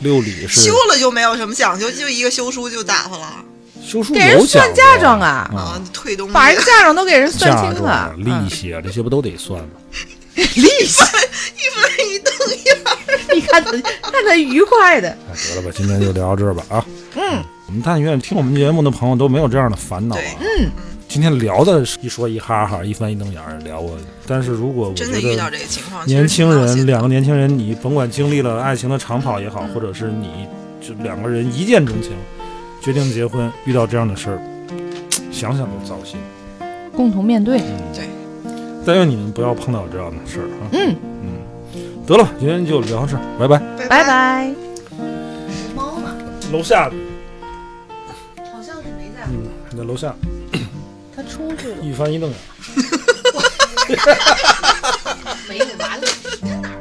六礼是修了就没有什么讲究，就一个修书就打发啊了修书给人有讲算究嫁妆啊啊啊，退东西把人嫁妆都给人算嫁清了嗯妆、，利息啊，这些不都得算吗？利息，一分一瞪眼儿。嗯 (laughs) 你看他看他愉快的，哎，得了吧，今天就聊到这儿吧啊！嗯，我们但愿听我们节目的朋友都没有这样的烦恼啊。对嗯，今天聊的是一说一哈哈，一翻一瞪眼儿聊过，但是如果我觉真的遇到得这个情况，年其实挺轻闹心人，的两个年轻人，你甭管经历了爱情的长跑也好，或者是你就两个人一见钟情，决定结婚，遇到这样的事儿，想想都糟心。嗯共同面对，对，但愿你们不要碰到这样的事儿啊。嗯，嗯，得了，今天就聊到这儿，拜拜。哎拜。拜。猫呢？楼下，好像是没在嗯，你在楼下他出去了，一翻一瞪眼儿。没完了，在哪儿？